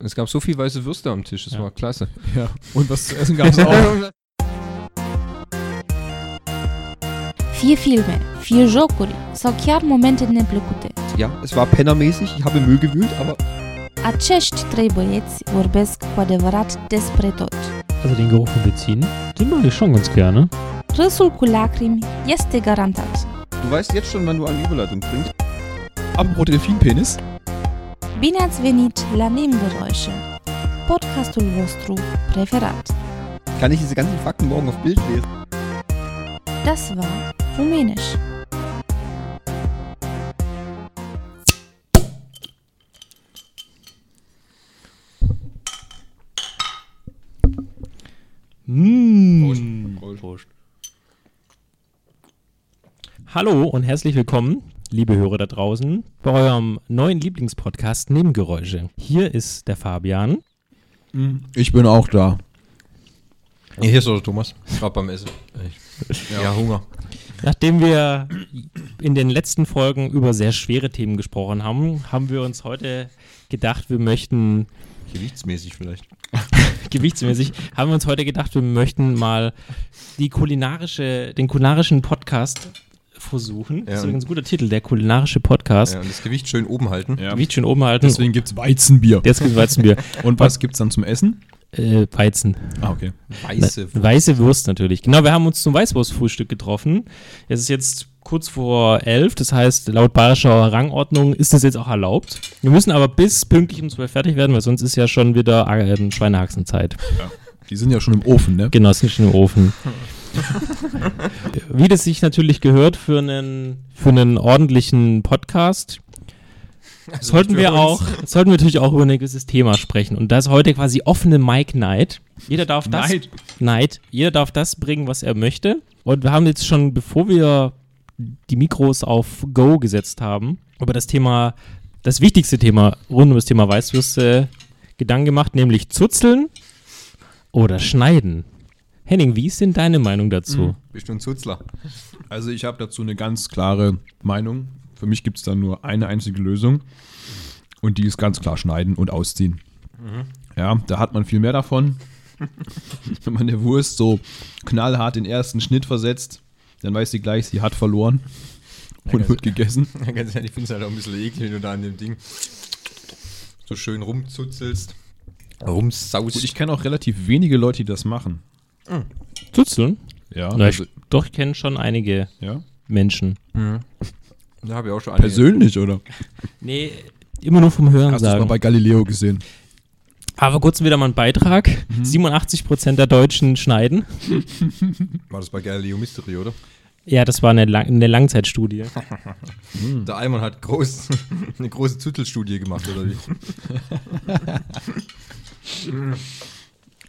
Es gab so viel weiße Würste am Tisch, das Ja. war klasse. Ja. Und was zu essen gab es auch. Fie filme, fie jocuri sau chiar momente neplăcute. Ja, es war pennermäßig, ich habe Müll gewühlt, aber Acești trei băieți vorbesc cu adevărat despre tot. Also den Geruch von Benzin, den mag ich schon ganz gerne. Râsul cu lacrimi este garantat. du weißt jetzt schon, wann du eine Überleitung bringst. Apropos Delfinpenis. Bine ați venit la Nebengeräusche, podcastul vostru preferat. Kann ich diese ganzen Fakten morgen auf Bild lesen? Das war Rumänisch. Mmh. Prost. Hallo und herzlich willkommen, liebe Hörer da draußen, bei eurem neuen Lieblingspodcast Nebengeräusche. Hier ist der Fabian. Ich bin auch da. Hier ist der Thomas. Gerade beim Essen. Ja, Hunger. Nachdem wir in den letzten Folgen über sehr schwere Themen gesprochen haben, haben wir uns heute gedacht, wir möchten Gewichtsmäßig vielleicht. gewichtsmäßig, haben wir uns heute gedacht, wir möchten mal die kulinarische, den kulinarischen Podcast versuchen. Das ist Ja. übrigens ein guter Titel, der kulinarische Podcast. Ja, und das Gewicht schön oben halten. Ja. Gewicht schön oben halten. Deswegen gibt es Weizenbier. Jetzt gibt's Weizenbier. Und was gibt es dann zum Essen? äh, Weizen. Ah, okay. Weiße. Ne, Weiße Wurst natürlich. Genau, wir haben uns zum Weißwurstfrühstück getroffen. Es ist jetzt kurz vor elf, das heißt, laut bayerischer Rangordnung ist das jetzt auch erlaubt. Wir müssen aber bis pünktlich um zwölf fertig werden, weil sonst ist ja schon wieder äh, Schweinehaxenzeit. Die sind ja schon im Ofen, ne? Genau, es ist nicht im Ofen. Wie das sich natürlich gehört für einen, für einen ordentlichen Podcast, Also sollten für wir uns. auch, sollten wir natürlich auch über ein gewisses Thema sprechen. Und das ist heute quasi offene Mike Night. Jeder darf das, Night. Night. Jeder darf das bringen, was er möchte. Und wir haben jetzt schon, bevor wir die Mikros auf Go gesetzt haben, über das Thema, das wichtigste Thema rund um das Thema Weißwürste äh, Gedanken gemacht, nämlich zuzeln oder schneiden. Henning, wie ist denn deine Meinung dazu? Mhm. Bist du ein Zutzler? Also ich habe dazu eine ganz klare Meinung. Für mich gibt es da nur eine einzige Lösung. Und die ist ganz klar schneiden und ausziehen. Mhm. Ja, da hat man viel mehr davon. Wenn man der Wurst so knallhart den ersten Schnitt versetzt, dann weiß sie gleich, sie hat verloren und wird gegessen. Ja, ganz ehrlich, ich finde es halt auch ein bisschen eklig, wenn du da an dem Ding so schön rumzuzelst. Rumsaust. Gut, ich kenne auch relativ wenige Leute, die das machen. Zuzeln? Ja, Na, ich, also, doch, ich kenne schon einige ja. Menschen. da habe ich auch schon Persönlich, oder? Nee, immer nur vom Hören Hast du es mal sagen. bei Galileo gesehen? Aber kurz wieder mal ein Beitrag. Mhm. 87% der Deutschen schneiden. War das bei Galileo Mystery, oder? Ja, das war eine, Lang eine Langzeitstudie. Der Eimann hat groß, eine große Züttelstudie gemacht, oder wie?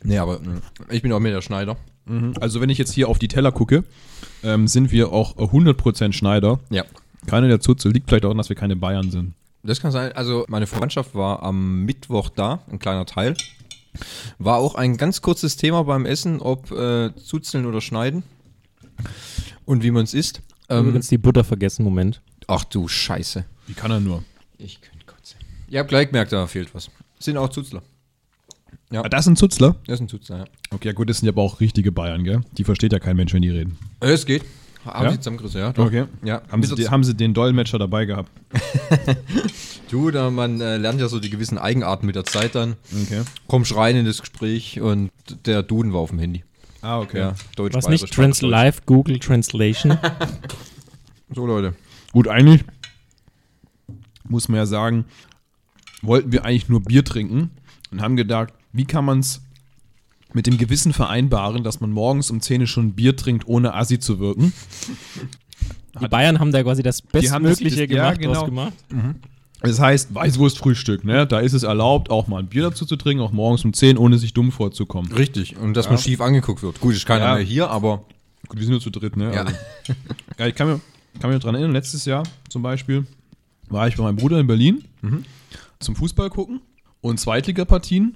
nee, aber mm, ich bin auch mehr der Schneider. Also wenn ich jetzt hier auf die Teller gucke, ähm, sind wir auch 100% Schneider. Ja. Keine der Zutze. Liegt vielleicht daran, dass wir keine Bayern sind. Das kann sein. Also, meine Verwandtschaft war am Mittwoch da, ein kleiner Teil. War auch ein ganz kurzes Thema beim Essen, ob äh, zuzeln oder schneiden. Und wie man es isst. Ähm, Übrigens die Butter vergessen, Moment. ach du Scheiße. Wie kann er nur? Ich könnte kotzen. Ihr habt gleich gemerkt, da fehlt was. Sind auch Zuzler. Ah, das sind Zutzler? Das ist ein Zuzler, ja. Okay, ja gut, das sind ja aber auch richtige Bayern, gell? Die versteht ja kein Mensch, wenn die reden. Äh, Es geht. Haben Ja? sie zusammengerissen, ja. doch. Okay. Ja. Haben sie, Bitter- die, haben sie den Dolmetscher dabei gehabt? Du, da man äh, lernt ja so die gewissen Eigenarten mit der Zeit dann. Okay. Komm schreien in das Gespräch und der Duden war auf dem Handy. Ah, okay. Ja, Deutsch, Was nicht Bayerisch, Schwarz, Trans Live Google Translation. Deutsch. So, Leute. Gut, eigentlich muss man ja sagen, wollten wir eigentlich nur Bier trinken und haben gedacht, wie kann man es mit dem Gewissen vereinbaren, dass man morgens um 10 Uhr schon Bier trinkt, ohne Assi zu wirken. Die Bayern haben da quasi das haben das- Bestmögliche das- ja, gemacht, genau. draus gemacht. Das heißt, Weißwurstfrühstück, ne? Da ist es erlaubt, auch mal ein Bier dazu zu trinken, auch morgens um 10, ohne sich dumm vorzukommen. Richtig. Und dass man schief angeguckt wird. Gut, ist keiner Ja. mehr hier, aber. ähm, Gut, wir sind nur zu dritt, ne? Ja. Also, ja, ich kann mir, kann mich noch dran erinnern, letztes Jahr zum Beispiel war ich bei meinem Bruder in Berlin zum Fußball gucken und Zweitligapartien,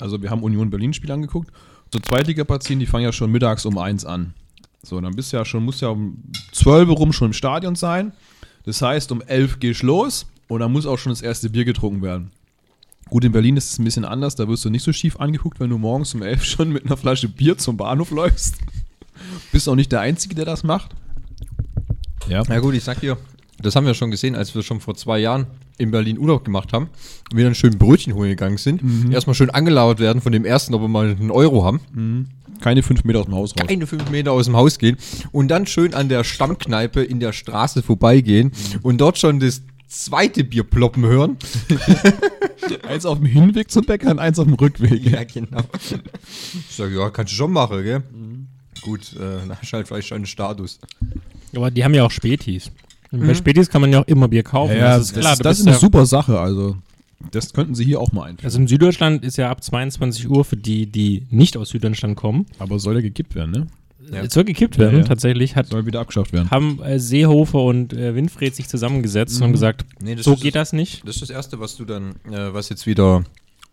also wir haben Union Berlin-Spiel angeguckt, so Zweitligapartien, die fangen ja schon mittags um eins an. So, dann bist du ja schon, musst ja um 12 Uhr rum schon im Stadion sein. Das heißt, um 11 gehst los und dann muss auch schon das erste Bier getrunken werden. Gut, in Berlin ist es ein bisschen anders, da wirst du nicht so schief angeguckt, wenn du morgens um elf schon mit einer Flasche Bier zum Bahnhof läufst. Bist auch nicht der Einzige, der das macht. Ja. Na gut, ich sag dir, das haben wir schon gesehen, als wir schon vor zwei Jahren in Berlin Urlaub gemacht haben und wir dann schön Brötchen holen gegangen sind. Erstmal schön angelauert werden von dem ersten, ob wir mal einen Euro haben. Keine fünf Meter aus dem Haus raus. Eine fünf Meter aus dem Haus gehen und dann schön an der Stammkneipe in der Straße vorbeigehen und dort schon das zweite Bier ploppen hören. Eins auf dem Hinweg zum Bäcker und eins auf dem Rückweg. genau. Ich sag, ja, kannst du schon machen, gell? Gut, äh, dann hast du halt vielleicht schon einen Status. Aber die haben ja auch Spätis. Und Bei Spätis kann man ja auch immer Bier kaufen. Mhm. das, du das bist ist eine ja- super Sache, also. Das könnten sie hier auch mal einführen. Also in Süddeutschland ist ja ab 22 Uhr für die, die nicht aus Süddeutschland kommen, Aber soll ja gekippt werden, ne? ja. zurückgekippt werden. Ja, ja. Tatsächlich hat, Soll wieder abgeschafft werden. haben äh, Seehofer und äh, Winfried sich zusammengesetzt Mhm. und haben gesagt, Nee, das so ist- geht das nicht. Das ist das Erste, was du dann, äh, was jetzt wieder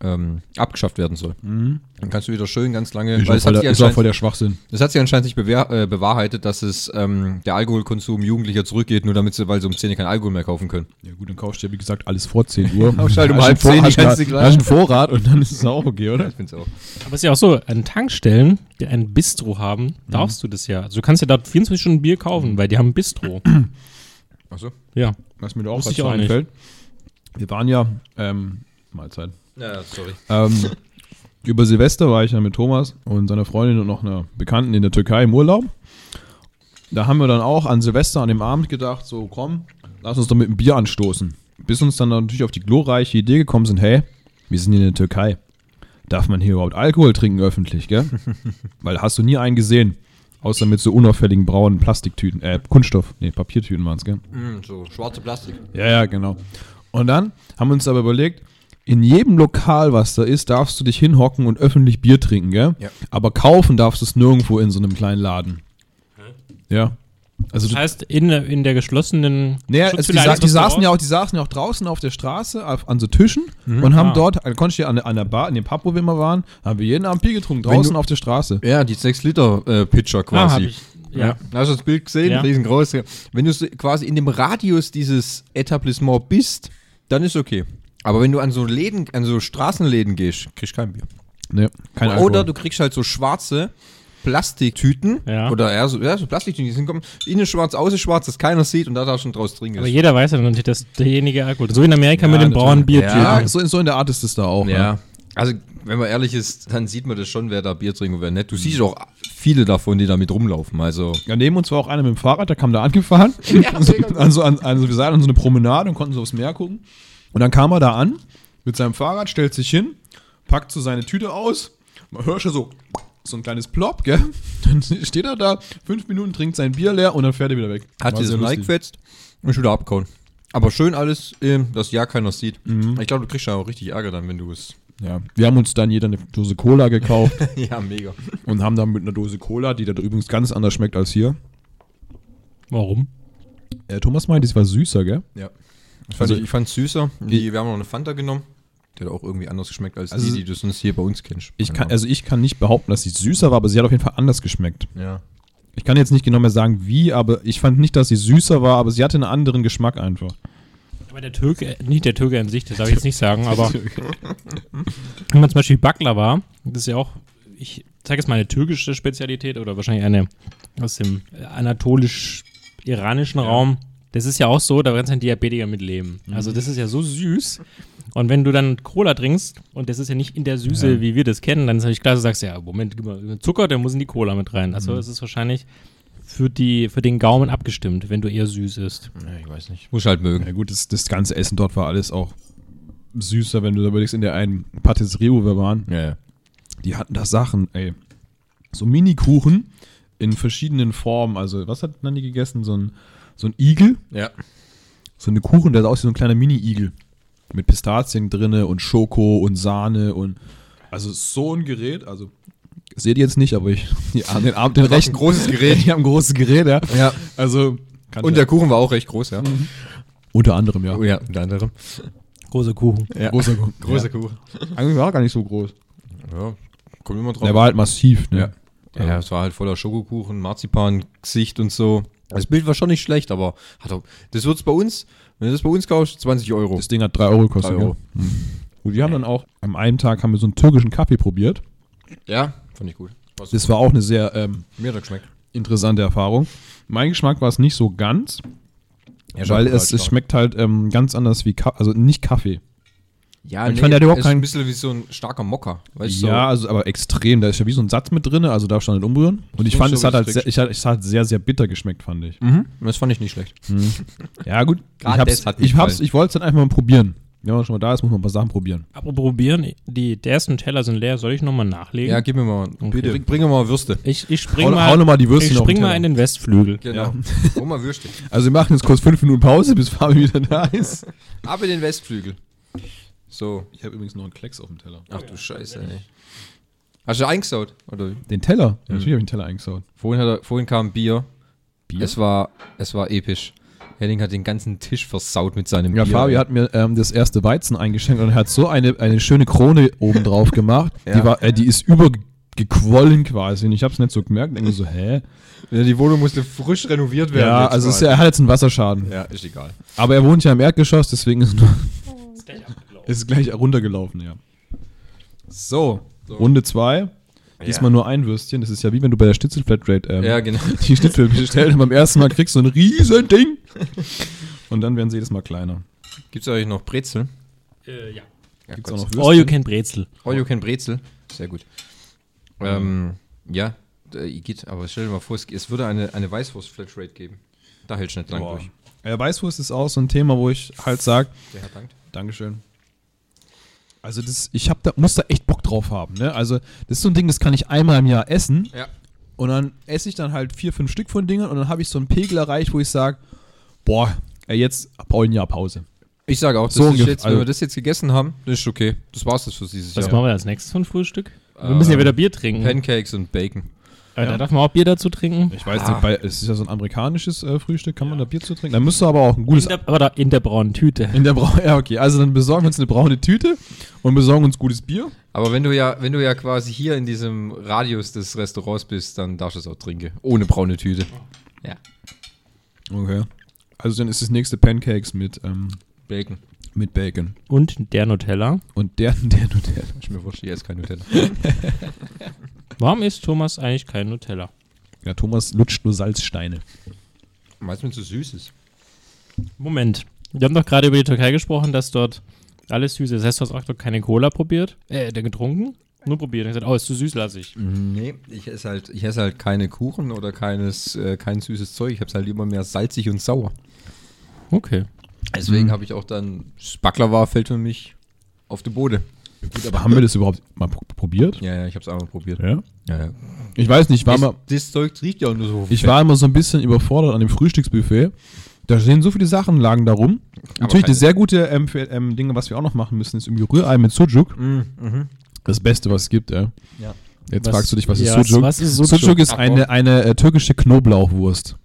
ähm, abgeschafft werden soll. Dann kannst du wieder schön ganz lange, Ist weil auch es hat, voll, der- sich ist auch voll anscheinend- der Schwachsinn. es hat sich anscheinend nicht bewehr, äh, bewahrheitet, dass es ähm, der Alkoholkonsum Jugendlicher zurückgeht, nur damit sie, weil sie um 10 Uhr keinen Alkohol mehr kaufen können. Ja gut, dann kaufst du ja wie gesagt alles vor 10 Uhr. Kaufst halt um Hast halb einen Vor- 10 die hast einen- ganze Glas. Hast einen Vorrat und dann ist es auch okay, oder? Ich finde es auch. Aber es ist ja auch so, an Tankstellen, die ein Bistro haben, Mhm. darfst du das ja. Also du kannst ja dort 24 Stunden Bier kaufen, weil die haben ein Bistro. Achso. ja. Was mir da auch Wusste ich dazu auch nicht. einfällt. Wir waren ja, ähm, Mahlzeit. Ja, sorry. Ähm, über Silvester war ich ja mit Thomas und seiner Freundin und noch einer Bekannten in der Türkei im Urlaub. Da haben wir dann auch an Silvester an dem Abend gedacht, so komm, lass uns doch mit einem Bier anstoßen. Bis uns dann natürlich auf die glorreiche Idee gekommen sind, hey, wir sind hier in der Türkei. Darf man hier überhaupt Alkohol trinken öffentlich, gell? Weil hast du nie einen gesehen. Außer mit so unauffälligen braunen Plastiktüten, äh, Kunststoff, nee, Papiertüten waren's, gell? Hm, so schwarze Plastik. Ja, ja, genau. Und dann haben wir uns aber überlegt, in jedem Lokal, was da ist, darfst du dich hinhocken und öffentlich Bier trinken, gell? Ja. Aber kaufen darfst du es nirgendwo in so einem kleinen Laden. Ja. Also, Das du, heißt, in, der- in der geschlossenen nee, also die, Schutzhülle sa eines die, saßen Restaurants- ja auch, die saßen ja auch draußen auf der Straße auf, an so Tischen Mhm. und haben Ah. dort, also konntest du ja an, der- an der Bar, in dem Pub, wo wir immer waren, haben wir jeden Abend Bier getrunken, Wenn draußen du- auf der Straße. Ja, die 6-Liter-Pitcher Ah, hab quasi. ich. Ja. Hast du das Bild gesehen? Ja. Riesengroß. Wenn du so quasi in dem Radius dieses Etablissement bist, dann ist okay. Aber wenn du an so Läden, an so Straßenläden gehst, kriegst du kein Bier. Nee, kein Alkohol. oder du kriegst halt so schwarze Plastiktüten. Ja. Oder ja, so, ja, so Plastiktüten, die sind kommen, innen schwarz, außen schwarz, dass keiner sieht und da darfst du schon draus trinken. Aber jeder weiß ja natürlich, dass derjenige Alkohol. So in Amerika mit dem natürlich. braunen Biertüten. ja, so, in- so in der Art ist es da auch. ne? ja. Also, wenn man ehrlich ist, dann sieht man das schon, wer da Bier trinkt und wer nicht. Du siehst auch viele davon, die damit rumlaufen. Also, Ja, neben uns war auch einer mit dem Fahrrad, der kam da angefahren. also, also, an, also wir sahen an so eine Promenade und konnten so aufs Meer gucken. Und dann kam er da an mit seinem Fahrrad, stellt sich hin, packt so seine Tüte aus. Man hört schon so, so ein kleines Plop, gell? Dann steht er da, fünf Minuten, trinkt sein Bier leer und dann fährt er wieder weg. hat War dieses sehr Nike lustig. gefetzt und ist wieder abgehauen. Aber schön alles, ähm, dass ja keiner sieht. Mhm. Ich glaube, du kriegst ja auch richtig Ärger dann, wenn du es. Ja, wir haben uns dann jeder eine Dose Cola gekauft ja, mega. und haben dann mit einer Dose Cola, die da übrigens ganz anders schmeckt als hier. Warum? Äh, Thomas meinte, es war süßer, gell? Ja. Ich fand Also- ich, ich fand's süßer. Die, wir haben noch eine Fanta genommen. Die hat auch irgendwie anders geschmeckt als Also- die, die du sonst hier bei uns kennst. Ich kann, also ich kann nicht behaupten, dass sie süßer war, aber sie hat auf jeden Fall anders geschmeckt. Ja. Ich kann jetzt nicht genau mehr sagen, wie, aber ich fand nicht, dass sie süßer war, aber sie hatte einen anderen Geschmack einfach. Aber der Türke, nicht der Türke an sich, das darf ich jetzt nicht sagen, aber wenn man zum Beispiel Baklava, das ist ja auch, ich zeige jetzt mal eine türkische Spezialität oder wahrscheinlich eine aus dem anatolisch-iranischen Raum. Das ist ja auch so, da kannst du ein Diabetiker mit leben. Also das ist ja so süß. Und wenn du dann Cola trinkst und das ist ja nicht in der Süße, wie wir das kennen, dann ist natürlich klar, du sagst ja, Moment, gib mal Zucker, dann muss in die Cola mit rein. Also es ist wahrscheinlich für, die, für den Gaumen abgestimmt, wenn du eher süß isst. Ich weiß nicht. Muss halt mögen. Ja gut, das, das ganze Essen dort war alles auch süßer, wenn du da überlegst, in der einen Patisserie, wo wir waren, Ja, ja. die hatten da Sachen, ey. So Minikuchen in verschiedenen Formen. Also, was hat Nandi gegessen? So ein, so ein Igel, ja. so eine Kuchen, der sah aus wie so ein kleiner Mini-Igel. Mit Pistazien drinne und Schoko und Sahne und also so ein Gerät, also seht ihr jetzt nicht, aber ich die, Arm- den, Arm- den rechten großes Gerät, die haben große Geräte. Ja. Also kann Und der Kuchen war auch recht groß, ja. Mhm. Oh unter anderem Oh ja. ja, unter anderem. Großer Kuchen. Ja. Großer Kuchen. Großer Kuchen. Eigentlich war er gar nicht so groß. Ja. Kommt immer drauf. Der war halt massiv, ne? Ja, es war halt voller Schokokuchen, Marzipan-Gesicht und so. Das Bild war schon nicht schlecht, aber hat auch, das wird's bei uns, wenn du das bei uns kaufst, 20 Euro. Das Ding hat 3 Euro gekostet. Drei Euro. gell? Mhm. Und wir haben dann auch, am einen Tag haben wir so einen türkischen Kaffee probiert. Ja, fand ich gut. Was Das war auch eine sehr ähm, mir hat er geschmeckt. interessante Erfahrung. Mein Geschmack war es nicht so ganz, Ja, weil schon es, total es schmeckt halt ähm, ganz anders wie Kaffee, also nicht Kaffee. Ja, Ich fand, der hat überhaupt ist ein keinen- bisschen wie so ein starker Mocker. Weißt du? Ja, also aber extrem. Da ist ja wie so ein Satz mit drin, also darfst du nicht umrühren. Und ich Nicht fand, so es hat halt richtig. sehr, ich, hat- es hat sehr, sehr bitter geschmeckt, fand ich. Mhm. Das fand ich nicht schlecht. Ja, gut. Ich, Gerade hab's, das hat mir ich, hab's, gefallen. ich wollte es dann einfach mal probieren. Wenn man schon mal da ist, muss man ein paar Sachen probieren. Apropos probieren, die, der ersten Teller sind leer. Soll ich nochmal nachlegen? Ja, gib mir mal. Bitte. Bring, bring mir mal Würste. Ich, ich spring Hau- mal, hau noch mal die Würstchen ich auf den spring mal Teller. in den Westflügel. Genau. Hol mal Würste. Also wir machen jetzt kurz fünf Minuten Pause, bis Fabi wieder da ist. Ab in den Westflügel. So. Ich habe übrigens noch einen Klecks auf dem Teller. Ach du Scheiße, ey. Hast du eingesaut? Oder wie? Den Teller? Ja, natürlich habe ich den Teller eingesaut. vorhin, hat er, vorhin kam ein Bier. Bier? Es war, es war episch. Henning hat den ganzen Tisch versaut mit seinem Ja, Bier. Fabi hat mir ähm, das erste Weizen eingeschenkt und er hat so eine, eine schöne Krone oben drauf gemacht. Die, war, äh, die ist übergequollen quasi. Und ich habe es nicht so gemerkt. Und denke so, hä? Ja, die Wohnung musste frisch renoviert werden. Ja, jetzt also es ist, mal. ja- er hat jetzt einen Wasserschaden. Ja, ist egal. Aber er wohnt ja im Erdgeschoss, deswegen ist nur ist gleich runtergelaufen, ja. So, Runde 2. Diesmal nur ein Würstchen. Das ist ja wie wenn du bei der Schnitzel Flatrate ähm, Ja, genau. die Schnitzel bestellst und beim ersten Mal kriegst du ein riesen Ding. Und dann werden sie jedes Mal kleiner. Gibt's eigentlich noch Brezel? Äh, ja. Ja, Gibt's Gott. auch noch Oh, you can Brezel. Oh, you can Brezel. Sehr gut. Ähm, ja, äh, geht, aber stell dir mal vor, es, es würde eine, eine Weißwurst-Flatrate geben. Da hält nicht lang Boah. durch. Ja, Weißwurst ist auch so ein Thema, wo ich halt sage, Der Herr dankt. Dankeschön. Also das, ich hab da, muss da echt Bock drauf haben. Ne? Also das ist so ein Ding, das kann ich einmal im Jahr essen Ja. und dann esse ich dann halt vier, fünf Stück von Dingen und dann habe ich so einen Pegel erreicht, wo ich sage, boah, ey, jetzt brauche ich ein Jahr Pause. Ich sage auch, das So ist ungefähr- jetzt, wenn also- wir das jetzt gegessen haben, das ist okay. Das war's jetzt für dieses Was Jahr. machen wir als nächstes von Frühstück? Ähm, Wir Äh, müssen ja wieder Bier trinken. Pancakes und Bacon. Äh, Da darf man auch Bier dazu trinken. Ich weiß nicht, bei, es ist ja so ein amerikanisches äh, Frühstück, kann man da Bier zu trinken? Dann müsst ihr aber auch ein gutes... In der, aber da in der braunen Tüte. In der Bra ja, okay. Also dann besorgen wir uns eine braune Tüte und besorgen uns gutes Bier. Aber wenn du ja, wenn du ja quasi hier in diesem Radius des Restaurants bist, dann darfst du es auch trinken. Ohne braune Tüte. Ja. Okay. Also dann ist das nächste Pancakes mit, ähm, Bacon. mit Bacon. Und der Nutella. Und der, der, der. Ich mir wurscht, hier ist kein Nutella. Warum isst Thomas eigentlich kein Nutella? Ja, Thomas lutscht nur Salzsteine. Meinst du, wenn es so süß ist? Moment. Wir haben doch gerade über die Türkei gesprochen, dass dort alles süß ist. Das heißt, du hast auch dort keine Cola probiert? Äh, dann getrunken? Nur probiert. Und gesagt, oh, ist zu süß, lass ich. Nee, ich esse halt, ich esse halt keine Kuchen oder keines, äh, kein süßes Zeug. Ich habe es halt immer mehr salzig und sauer. Okay. Deswegen habe ich auch dann, Baklava fällt für mich auf die Bode. Gut, aber haben wir das überhaupt mal pro- probiert? Ja, ja, ich habe es einmal probiert. Ja. Ja, ja. Ich weiß nicht, ich war, Das, mal, das Zeug riecht ja auch nur so. ich war immer so ein bisschen überfordert an dem Frühstücksbuffet. Da stehen so viele Sachen, lagen da rum. Natürlich keine- eine sehr gute ähm, für, ähm, Dinge, was wir auch noch machen müssen, ist irgendwie Rührei mit Sujuk. Mhm, Das Beste, was es gibt, ja. Ja. Jetzt Was- fragst du dich, was ja, ist Sujuk? was ist Sucuk? Sujuk ist eine, eine äh, türkische Knoblauchwurst.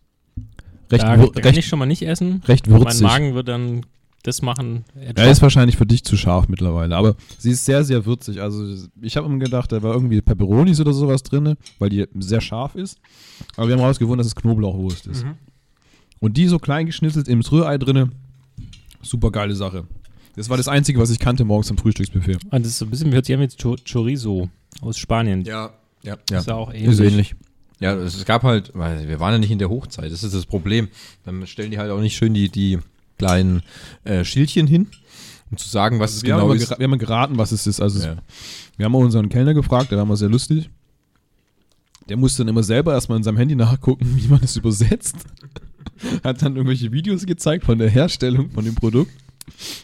Recht, Da, wur- da kann recht, ich schon mal nicht essen. recht Mein würzig. Magen wird dann das machen. Ja, ist wahrscheinlich für dich zu scharf mittlerweile, aber sie ist sehr, sehr würzig. Also ich habe immer gedacht, da war irgendwie Peperonis oder sowas drin, weil die sehr scharf ist. Aber wir haben rausgefunden, dass es Knoblauchwurst ist. Mhm. Und die so klein geschnitzelt im Rührei drinne, super geile Sache. Das war das Einzige, was ich kannte morgens am Frühstücksbuffet. Und das ist Also so ein bisschen, wie hört sich an wie Chor- Chorizo aus Spanien. ja, ja, Das ist ja auch ähnlich. Ja, es es gab halt, weil wir waren ja nicht in der Hochzeit, das ist das Problem. Dann stellen die halt auch nicht schön die, die kleinen äh, Schildchen hin, um zu sagen, was es Also Wir, genau haben ist. gera- wir haben geraten, was es ist. Also es- Ja. wir haben auch unseren Kellner gefragt, der war mal sehr lustig. Der musste dann immer selber erstmal in seinem Handy nachgucken, wie man es übersetzt. Hat dann irgendwelche Videos gezeigt von der Herstellung von dem Produkt.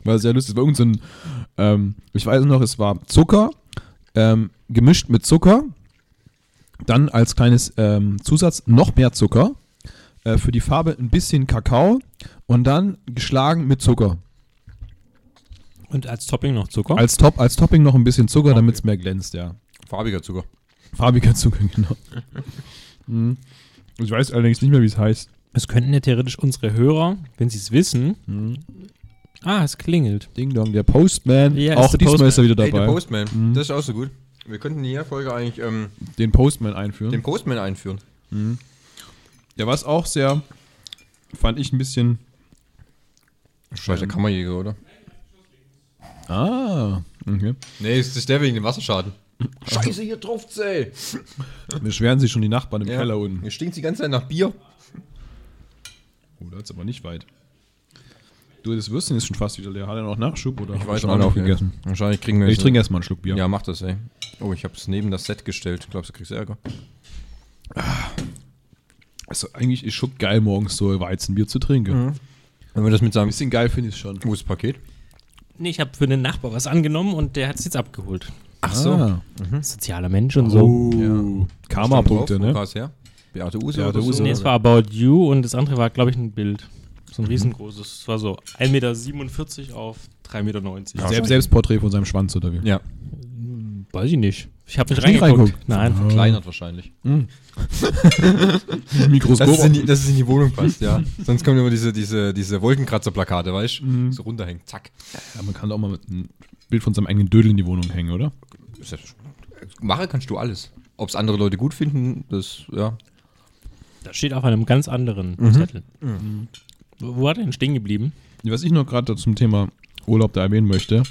War sehr lustig. Es war irgend so ein, ähm, ich weiß noch, es war Zucker, ähm, gemischt mit Zucker. Dann als kleines ähm, Zusatz noch mehr Zucker. Äh, für die Farbe ein bisschen Kakao. Und dann geschlagen mit Zucker. Und als Topping noch Zucker. Als, Top, als Topping noch ein bisschen Zucker, damit es mehr glänzt, ja. Farbiger Zucker. Farbiger Zucker, genau. Hm. Ich weiß allerdings nicht mehr, wie es heißt. es könnten ja theoretisch unsere Hörer, wenn sie es wissen. Ah, es klingelt. Ding Dong, der Postman. Ja, auch ist der diesmal Postman. ist er wieder Ey, der dabei. Mhm. Postman, das ist auch so gut. Wir könnten in jeder Folge eigentlich ähm, den Postman einführen. den Postman einführen. ja, was auch sehr, fand ich ein bisschen. Scheiße, Kammerjäger, oder? Ah, Okay. Nee, es ist der wegen dem Wasserschaden. Scheiße, hier drauf, ey. Beschweren sich schon die Nachbarn im Keller unten. Hier stinkt die ganze Zeit nach Bier. Oh, da ist aber nicht weit. Du, das Würstchen ist schon fast wieder leer. Hat er noch Nachschub oder? hat er schon auch alle nicht, ey. Wahrscheinlich kriegen wir Ich jetzt- trinke erstmal einen Schluck Bier. Ja, mach das, ey. Oh, ich hab's neben das Set gestellt. Glaubst du, kriegst Ärger? Also eigentlich ist schon geil, morgens so Weizenbier zu trinken. Wenn wir das mit seinem. Bisschen geil finde ich schon. Wo ist das Paket? Nee, ich habe für den Nachbar was angenommen und der hat es jetzt abgeholt. Ach so. Ah, Hm? Sozialer Mensch und so. ja. Oh. Karma-Punkte, Wo ne? war's her? Beate Use Beate oder so? Use. Nee, es war About You und das andere war, glaube ich, ein Bild. So ein riesengroßes. Es war so 1,47 Meter auf 3,90 Meter. Selbst, Selbstporträt von seinem Schwanz oder wie? Ja, Weiß ich nicht. Ich habe nicht Hast du nicht reingeguckt. Nein. verkleinert wahrscheinlich. Mikroskop. Dass es, in die, dass es in die Wohnung passt, ja. Sonst kommen immer diese, diese, diese Wolkenkratzer-Plakate, weißt du? So runterhängen, zack. ja, man kann da auch mal mit einem Bild von seinem eigenen Dödel in die Wohnung hängen, oder? Ist ja schon- Mache kannst du alles. Ob es andere Leute gut finden, das, ja. Das steht auf einem ganz anderen Zettel. Wo wo hat er denn stehen geblieben? Was ich noch gerade zum Thema Urlaub da erwähnen möchte,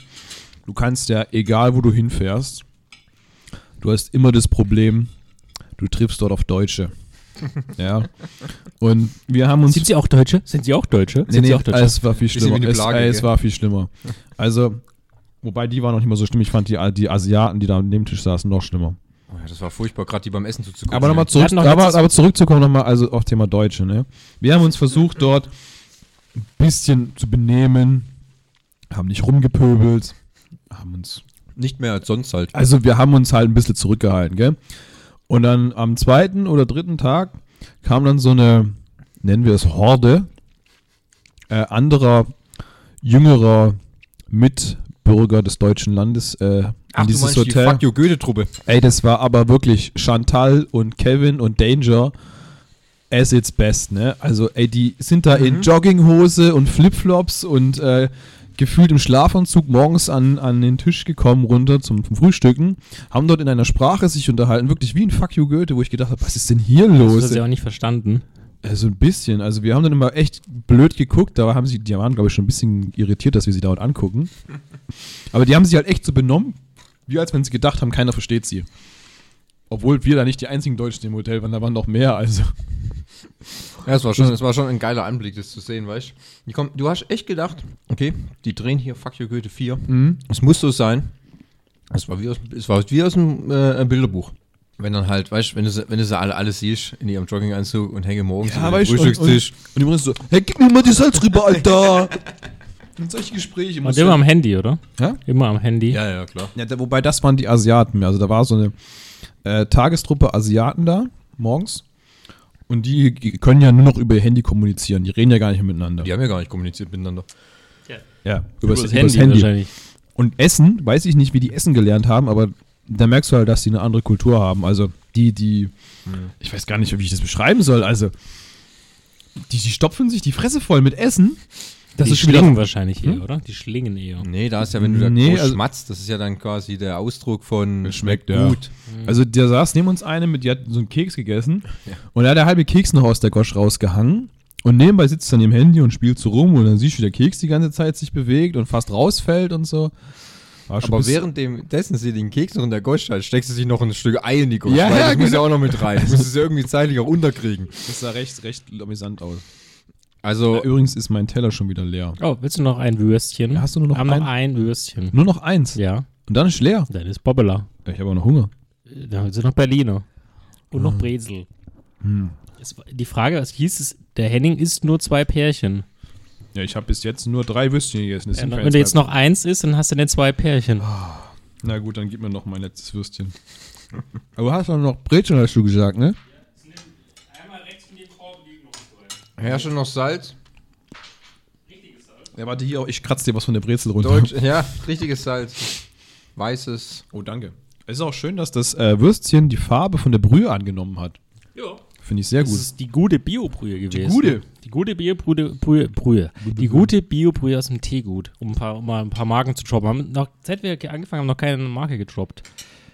du kannst ja, egal wo du hinfährst, du hast immer das Problem, du triffst dort auf Deutsche. ja. Und wir haben uns. Sind sie auch Deutsche? Sind sie auch Deutsche? Nee, Sind nee, also sie auch Deutsche? Es war viel Bisschen wie schlimmer. eine Es, Plage, äh, es gell? war viel schlimmer. Also, wobei die waren noch nicht mal so schlimm. Ich fand die, die Asiaten, die da am Nebentisch saßen, noch schlimmer. Oh ja, das war furchtbar, gerade die beim Essen zuzugucken. Aber nochmal ey. zurück, hatten noch aber, letztes- aber zurückzukommen nochmal also auf Thema Deutsche. Ne? Wir haben uns versucht, dort ein bisschen zu benehmen, haben nicht rumgepöbelt, haben uns Nicht mehr als sonst halt. also wir haben uns halt ein bisschen zurückgehalten, gell? Und dann am zweiten oder dritten Tag kam dann so eine, nennen wir es Horde, äh, anderer, jüngerer Mitbürger des deutschen Landes äh, in dieses die Hotel. Fuck You Goethe-Truppe. Ey, das war aber wirklich Chantal und Kevin und Danger as its best, ne? Also, ey, die sind da Mhm. in Jogginghose und Flipflops und äh, gefühlt im Schlafanzug morgens an, an den Tisch gekommen runter zum, zum Frühstücken, haben dort in einer Sprache sich unterhalten, wirklich wie ein Fuck you Goethe, wo ich gedacht habe, was ist denn hier Das hast los? du ja auch nicht verstanden. Also ein bisschen, also wir haben dann immer echt blöd geguckt, da haben sie, die waren glaube ich schon ein bisschen irritiert, dass wir sie dauernd angucken. Aber die haben sich halt echt so benommen, wie als wenn sie gedacht haben, keiner versteht sie. Obwohl wir da nicht die einzigen Deutschen im Hotel waren, da waren noch mehr, also. Ja, es war schon, es war schon ein geiler Anblick, das zu sehen, weißt du? Komm, du hast echt gedacht, okay, die drehen hier Fuck You Goethe 4. Mhm. Es muss so sein. Es war wie aus, es war wie aus dem äh, Bilderbuch. Wenn dann halt, weißt du, wenn du, sie- wenn du sie alle, alle siehst in ihrem Jogginganzug und hänge morgens Ja, am weißt du, und, und, Frühstückstisch. und übrigens so, hey, gib mir mal die Salzrübe, Alter! und solche Gespräche. Und musst immer du- am Handy, oder? Hä? Immer am Handy. ja, ja, klar. Ja, da, wobei das waren die Asiaten. Also da war so eine äh, Tagestruppe Asiaten da morgens. Und die g- können ja nur noch über ihr Handy kommunizieren. Die reden ja gar nicht mehr miteinander. Die haben ja gar nicht kommuniziert miteinander. ja über das, Übers übers Handy. wahrscheinlich. Und Essen, weiß ich nicht, wie die Essen gelernt haben, aber da merkst du halt, dass die eine andere Kultur haben. Also die, die, ich weiß gar nicht, wie ich das beschreiben soll. Also die, die stopfen sich die Fresse voll mit Essen. Das die ist schon wieder Hm. schlingen wahrscheinlich eher, oder? Die schlingen eher. Nee, da ist ja, wenn du da Nee, groß also- schmatzt, das ist ja dann quasi der Ausdruck von Es schmeckt ja. gut. Also der saß neben uns eine mit, die hat so einen Keks gegessen und da hat der halbe Keks noch aus der Gosch rausgehangen und nebenbei sitzt dann im Handy und spielt so rum und dann siehst du, wie der Keks die ganze Zeit sich bewegt und fast rausfällt und so. War schon Aber bis- während dem, dessen sie den Keks noch in der Gosch hat, steckst du sich noch ein Stück Ei in die Gosch. Ja, weil ja, genau. das muss ja auch noch mit rein. Das muss es ja irgendwie zeitlich auch unterkriegen. das sah recht, recht amüsant aus. Also, Äh, Übrigens ist mein Teller schon wieder leer. Oh, willst du noch ein Würstchen? Ja, hast du nur noch Haben ein? noch ein Würstchen. Nur noch eins Ja, und dann ist leer. dann ist Bobbela. Ich habe auch noch Hunger. Dann sind noch Berliner. Und Ah. noch Brezel. Hm. Es, war- die Frage, was hieß es? Der Henning isst nur zwei Pärchen. Ja, ich habe bis jetzt nur drei Würstchen gegessen. Wenn du jetzt noch eins isst, dann hast du nicht zwei Pärchen. Na gut, dann gib mir noch mein letztes Würstchen. Aber du hast doch noch Brezeln, hast du gesagt, ne? herrsche noch Salz. Ja, warte hier, auch. ich kratze dir was von der Brezel runter. Deutsch, ja, richtiges Salz. Weißes. Oh, danke. Es ist auch schön, dass das äh, Würstchen die Farbe von der Brühe angenommen hat. Ja. Finde ich sehr Das gut. ist die gute Biobrühe gewesen. gute? Die gute Biobrühe. Brühe, Brühe. Die gute Biobrühe aus dem Teegut, um, ein paar, um mal ein paar Marken zu droppen. Haben noch, seit wir ge- angefangen haben, noch keine Marke gedroppt.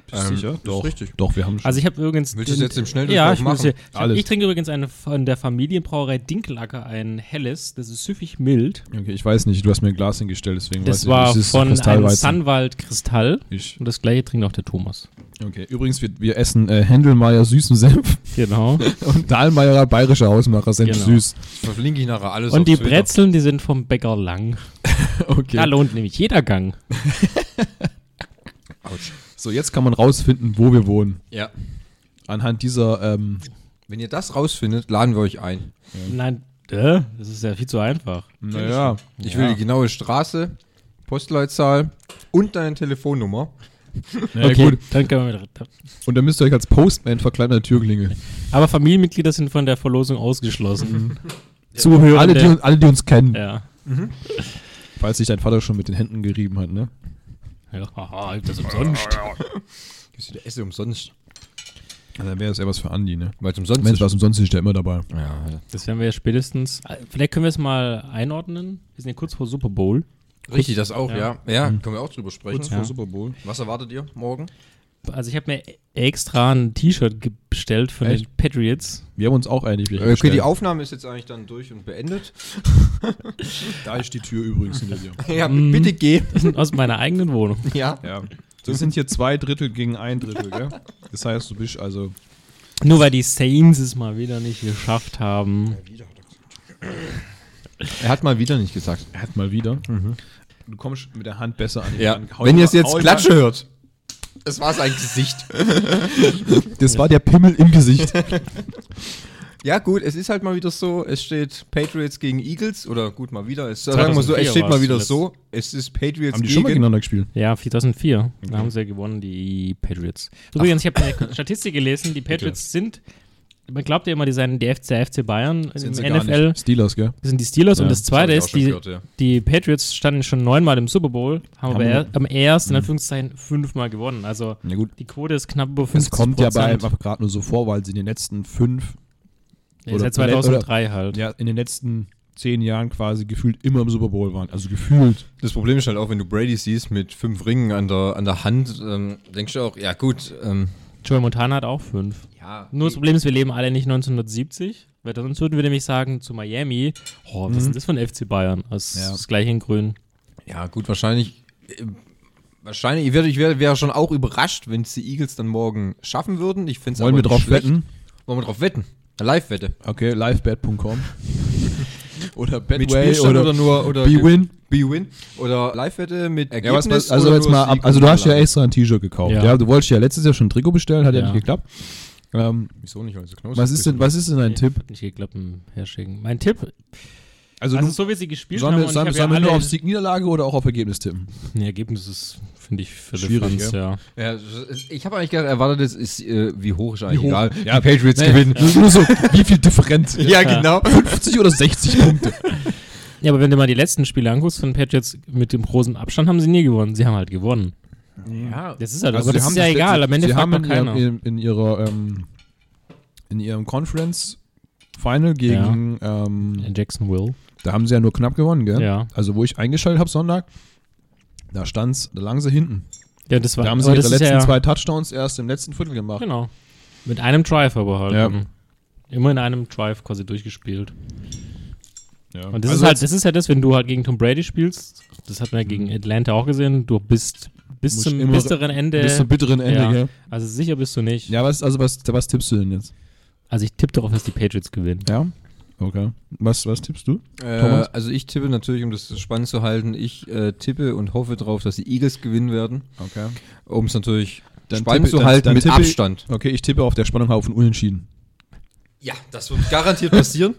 Bist Ähm, sicher? ist Doch. richtig. Doch, wir haben schon. Also ich habe übrigens. Willst du es den- jetzt im Schnelldurchlauf Ja, ich, machen? muss hier, ich, hab, Alles. ich trinke übrigens eine von der Familienbrauerei Dinkelacker ein helles, das ist süffig mild. okay, ich weiß nicht, du hast mir ein Glas hingestellt, deswegen weiß Das ich war es ist von einem Kristallweizen. Sunwald Kristall. Ich, Und das gleiche trinkt auch der Thomas. okay. Übrigens, wir, wir essen äh, Händelmeier süßen Senf Genau. und Dahlmeierer bayerischer Hausmacher Senf Genau. süß. Verlinke ich nachher alles auf Und die Twitter. Brezeln, die sind vom Bäcker lang. Okay. Da lohnt nämlich jeder Gang. Autsch. So, jetzt kann man rausfinden, wo wir wohnen. Ja. Anhand dieser, ähm, Wenn ihr das rausfindet, laden wir euch ein. Nein, äh, das ist ja viel zu einfach. naja, Ich will die genaue Straße, Postleitzahl und deine Telefonnummer. naja okay, gut. dann können wir mit. Und dann müsst ihr euch als Postman verkleiden an der Türklingel. Aber Familienmitglieder sind von der Verlosung ausgeschlossen. Zuhörer. Alle die, alle, die uns kennen. ja. Falls sich dein Vater schon mit den Händen gerieben hat, ne? ja. Haha, das umsonst. Ist wieder Esse umsonst. Ja, dann wäre das eher was für Andi, ne? Weil es umsonst Mensch, was umsonst ist der immer dabei. Ja, ja. Das werden wir ja spätestens. äh, Vielleicht können wir es mal einordnen. Wir sind ja kurz vor Super Bowl. Richtig, das auch, ja. Ja, können wir auch drüber sprechen. vor Ja. Super Bowl. Was erwartet ihr morgen? Also ich habe mir extra ein T-Shirt ge- bestellt von den Patriots. Wir haben uns auch einig. welche Äh, Okay, bestellt. die Aufnahme ist jetzt eigentlich dann durch und beendet. Da ist die Tür übrigens hinter dir. ja, bitte geh. Aus meiner eigenen Wohnung. Ja. Ja. Das sind hier zwei Drittel gegen ein Drittel, gell? Das heißt, du bist also. Nur weil die Saints es mal wieder nicht geschafft haben. Er hat mal wieder nicht gesagt. Er hat mal wieder. Mhm. Du kommst mit der Hand besser an die Ja. Hand. Hau Wenn mal- ihr es jetzt hau mal- Klatsche hört. Das war sein Gesicht. Das war der Pimmel im Gesicht. Ja, gut, es ist halt mal wieder so, es steht Patriots gegen Eagles oder gut, mal wieder. Es, sagen wir so, 2004 es steht war's mal wieder zuletzt. so, es ist Patriots Haben die schon mal gegen. gegeneinander gespielt? Ja, 2004. Da haben sie ja gewonnen, die Patriots. Übrigens, ich habe eine Statistik gelesen. Die Patriots sind, man glaubt ja immer, die seien der FC, der FC Bayern Sind sie im gar NFL. Steelers, gell? Das sind die Steelers. Ja, und das Zweite hab ich auch ist, schon die, gehört, ja. die Patriots standen schon neunmal im Super Bowl, haben, aber Haben er, am ersten, in Anführungszeichen, fünfmal gewonnen. Also Na gut. die Quote ist knapp über 50 Es kommt ja bei einfach gerade nur so vor, weil sie in den letzten fünf, Nee, seit oder- 2003 halt. ja, in den letzten zehn Jahren quasi gefühlt immer im Super Bowl waren. Also gefühlt. Das Problem ist halt auch, wenn du Brady siehst mit fünf Ringen an der, an der Hand, ähm, denkst du auch, ja gut, ähm, Joey Montana hat auch fünf. ja, Nur das Problem ist, wir leben alle nicht 1970. Weil sonst würden wir nämlich sagen, zu Miami, oh, was ist denn das von FC Bayern? Das Ja. ist das gleiche in grün. ja gut, wahrscheinlich, äh, wahrscheinlich, ich wäre ich wär, wär schon auch überrascht, wenn es die Eagles dann morgen schaffen würden. Ich find's Wollen aber wir nicht drauf schlecht. wetten? Wollen wir drauf wetten? Eine Live-Wette. Okay, livebet.com. oder Mit Betway Spielstand oder, oder, nur, oder Bwin. B-Win oder Live-Wette mit Ja, was, Ergebnis. was, also oder jetzt nur mal, ab, Sieg also und du hast ja Niederlage? extra ein T-Shirt gekauft. Ja. Ja. du wolltest ja letztes Jahr schon ein Trikot bestellen, hat ja, Ja. nicht geklappt. Ähm, Wieso nicht? Also Knoß was ist denn, was ist denn dein Tipp? Hat nicht geklappt, ein herschicken. Mein Tipp, Also, also du, so wie sie gespielt sollen haben, wir, sollen, ich sollen habe wir ja nur alle- auf Sieg-Niederlage oder auch auf Ergebnis tippen? Nee, Ergebnis ist, finde ich, für Schwierig, Differenz, ja. Ja, ich habe eigentlich gerade erwartet, es ist, äh, wie hoch ist eigentlich Wie hoch? egal. Ja, Patriots Gewinnen. Nur so, wie viel Differenz? Ja, genau. 50 oder 60 Punkte? Ja, aber wenn du mal die letzten Spiele anguckst von Patriots mit dem großen Abstand, haben sie nie gewonnen. Sie haben halt gewonnen. Ja, Das ist halt, Also aber sie das haben ist ja das letzte- egal. Am Ende sie fragt haben man in, keiner. ihrem, in, in ihrer ähm, in ihrem Conference Final gegen ähm, In Jacksonville. da haben sie ja nur knapp gewonnen, gell? Ja. Also wo ich eingeschaltet habe Sonntag, da stand's, da lagen sie hinten. Ja, das war Da haben sie aber ihre das ist letzten ja, zwei Touchdowns erst im letzten Viertel gemacht. Genau. Mit einem Drive aber halt. Ja. Mhm. Immer in einem Drive quasi durchgespielt. Ja. Und das Also ist halt, das ist ja das, wenn du halt gegen Tom Brady spielst, das hat man ja gegen Atlanta auch gesehen, du bist bis Musst zum Mhm. immer- besseren Ende. bis zum bitteren Ende, äh, ja. gell? Also sicher bist du nicht. Ja, was also was was tippst du denn jetzt? Also ich tippe darauf, dass die Patriots gewinnen. Ja. Okay. Was was tippst du? äh, Thomas? also ich tippe natürlich, um das spannend zu halten, ich äh, tippe und hoffe drauf, dass die Eagles gewinnen werden, Okay. um es natürlich Dann spannend tippe- zu dann- halten dann mit tippe ich- Abstand. Okay, ich tippe auf der Spannung auf ein Unentschieden. Ja, das wird garantiert passieren.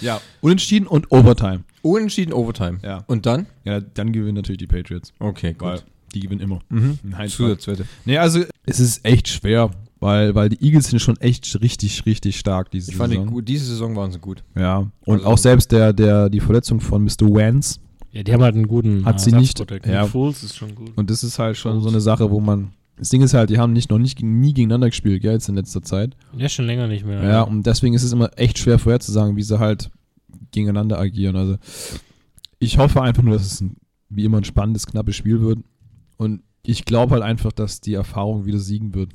Ja. Unentschieden und Overtime. Unentschieden Overtime. Ja. Und dann? Ja, dann gewinnen natürlich die Patriots. Okay, Weil die gewinnen immer. Nein, Zusatzwette. Nee, also es ist echt schwer, weil, weil die Eagles sind schon echt richtig, richtig stark diese Ich fand, die, Saison. gut, diese Saison waren sie gut. Ja, und Also- auch selbst der, der, die Verletzung von Mr. Wance. Ja, die haben halt einen guten Hat sie nicht- Ersatzprodukt. ja. Nick Foles ist schon gut. Und das ist halt schon so eine Sache, wo man. Das Ding ist halt, die haben nicht, noch nicht gegen, nie gegeneinander gespielt, gell, jetzt in letzter Zeit. Ja, schon länger nicht mehr. Ja. und deswegen ist es immer echt schwer vorherzusagen, wie sie halt gegeneinander agieren. Also ich hoffe einfach nur, dass es ein, wie immer ein spannendes, knappes Spiel wird. Und Ich glaube halt einfach, dass die Erfahrung wieder siegen wird.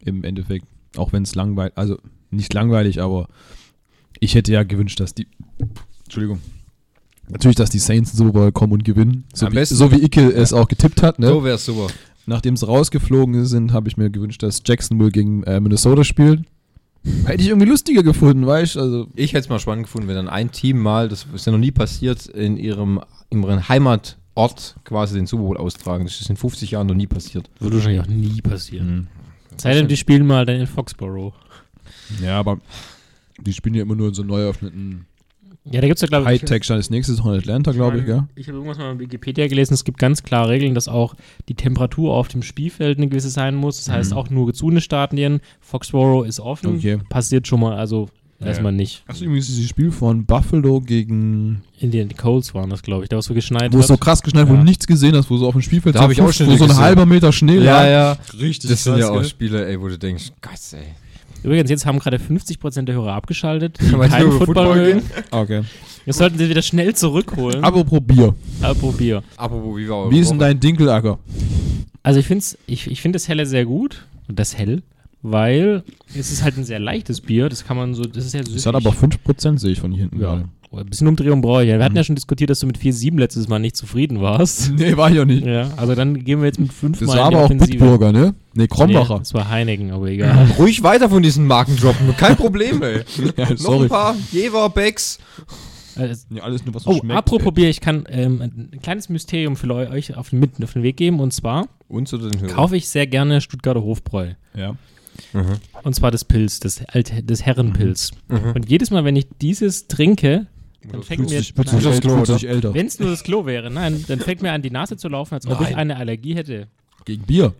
Im Endeffekt. Auch wenn es langweilig, also nicht langweilig, aber ich hätte ja gewünscht, dass die. Entschuldigung. Natürlich, dass die Saints in den Super Bowl kommen und gewinnen. So, Am wie, besten- so wie Icke es auch getippt hat. Ne? So wäre super. Nachdem sie rausgeflogen sind, habe ich mir gewünscht, dass Jacksonville gegen äh, Minnesota spielt. Hätte ich irgendwie lustiger gefunden, weißt du? Also, Ich hätte es mal spannend gefunden, wenn dann ein Team mal, das ist ja noch nie passiert, in ihrem, in ihrem Heimatort quasi den Super Bowl austragen. Das ist in 50 Jahren noch nie passiert. Würde wahrscheinlich auch nie Mhm. passieren. Sei denn, die spielen mal dann in Foxborough. ja, aber die spielen ja immer nur in so neu eröffneten Ja, da gibt es ja, glaube ich. Hightech-Stand. Das nächste ist noch in Atlanta, glaube ich, ja. Ich habe irgendwas mal bei Wikipedia gelesen, es gibt ganz klare Regeln, dass auch die Temperatur auf dem Spielfeld eine gewisse sein muss. Das heißt, auch nur gezogene Stadien. Foxborough ist offen. Mhm. Okay. Passiert schon mal, also erstmal nicht. Hast du übrigens dieses Spiel von Buffalo gegen. Indian Colts waren das, glaube ich. Da, was so geschneit Wo es so hat. krass geschneit, wo Ja. du nichts gesehen hast, wo so auf dem Spielfeld Da hab ich auch Fuß- schon wo so ein gesehen. halber Meter Schnee lag. ja. Richtig Das sind krass, ja auch gell? Spiele, ey, wo du denkst, Gott, ey. Übrigens, jetzt haben gerade 50% der Hörer abgeschaltet, die Weil sie keinen über Football Football mögen. Ah, Okay. Jetzt sollten sie wieder schnell zurückholen. Apropos Bier. Apropos Bier. Apropos, wie war eure Wie ist denn Woche? dein Dinkelacker? Also ich finde ich, ich find das Helle sehr gut. Und das Hell, weil es ist halt ein sehr leichtes Bier. Das kann man so, das ist ja süß. Es hat halt aber 5%, sehe ich von hier hinten. ja. gerade. Oh, Ein bisschen Umdrehung brauche ich ja. Wir Mhm. hatten ja schon diskutiert, dass du mit 4,7 letztes Mal nicht zufrieden warst. Nee, war ich auch nicht. Ja, also dann gehen wir jetzt mit 5 Das mal war in die aber auch Offensive. Bitburger, ne? Nee, Krombacher. Nee, das war Heineken, aber egal. Ruhig weiter von diesen Marken droppen, kein Problem, ey. Ja, Noch ein paar Jever, Becks. Also, Ja, alles nur, was so oh, schmeckt. apropos Bier, ich kann ähm, ein kleines Mysterium für eu- euch auf den, mit auf den Weg geben. Und zwar Und zu den Hörern. kaufe ich sehr gerne Stuttgarter Hofbräu. Ja. Und zwar das Pilz, das, alte, das Herrenpilz. Und jedes Mal, wenn ich dieses trinke, dann fängt mir, sich aufs Klo, Plötzlich älter. wenn es nur das Klo wäre, nein, dann fängt mir an die Nase zu laufen, als ob ich eine Allergie hätte. Gegen Bier.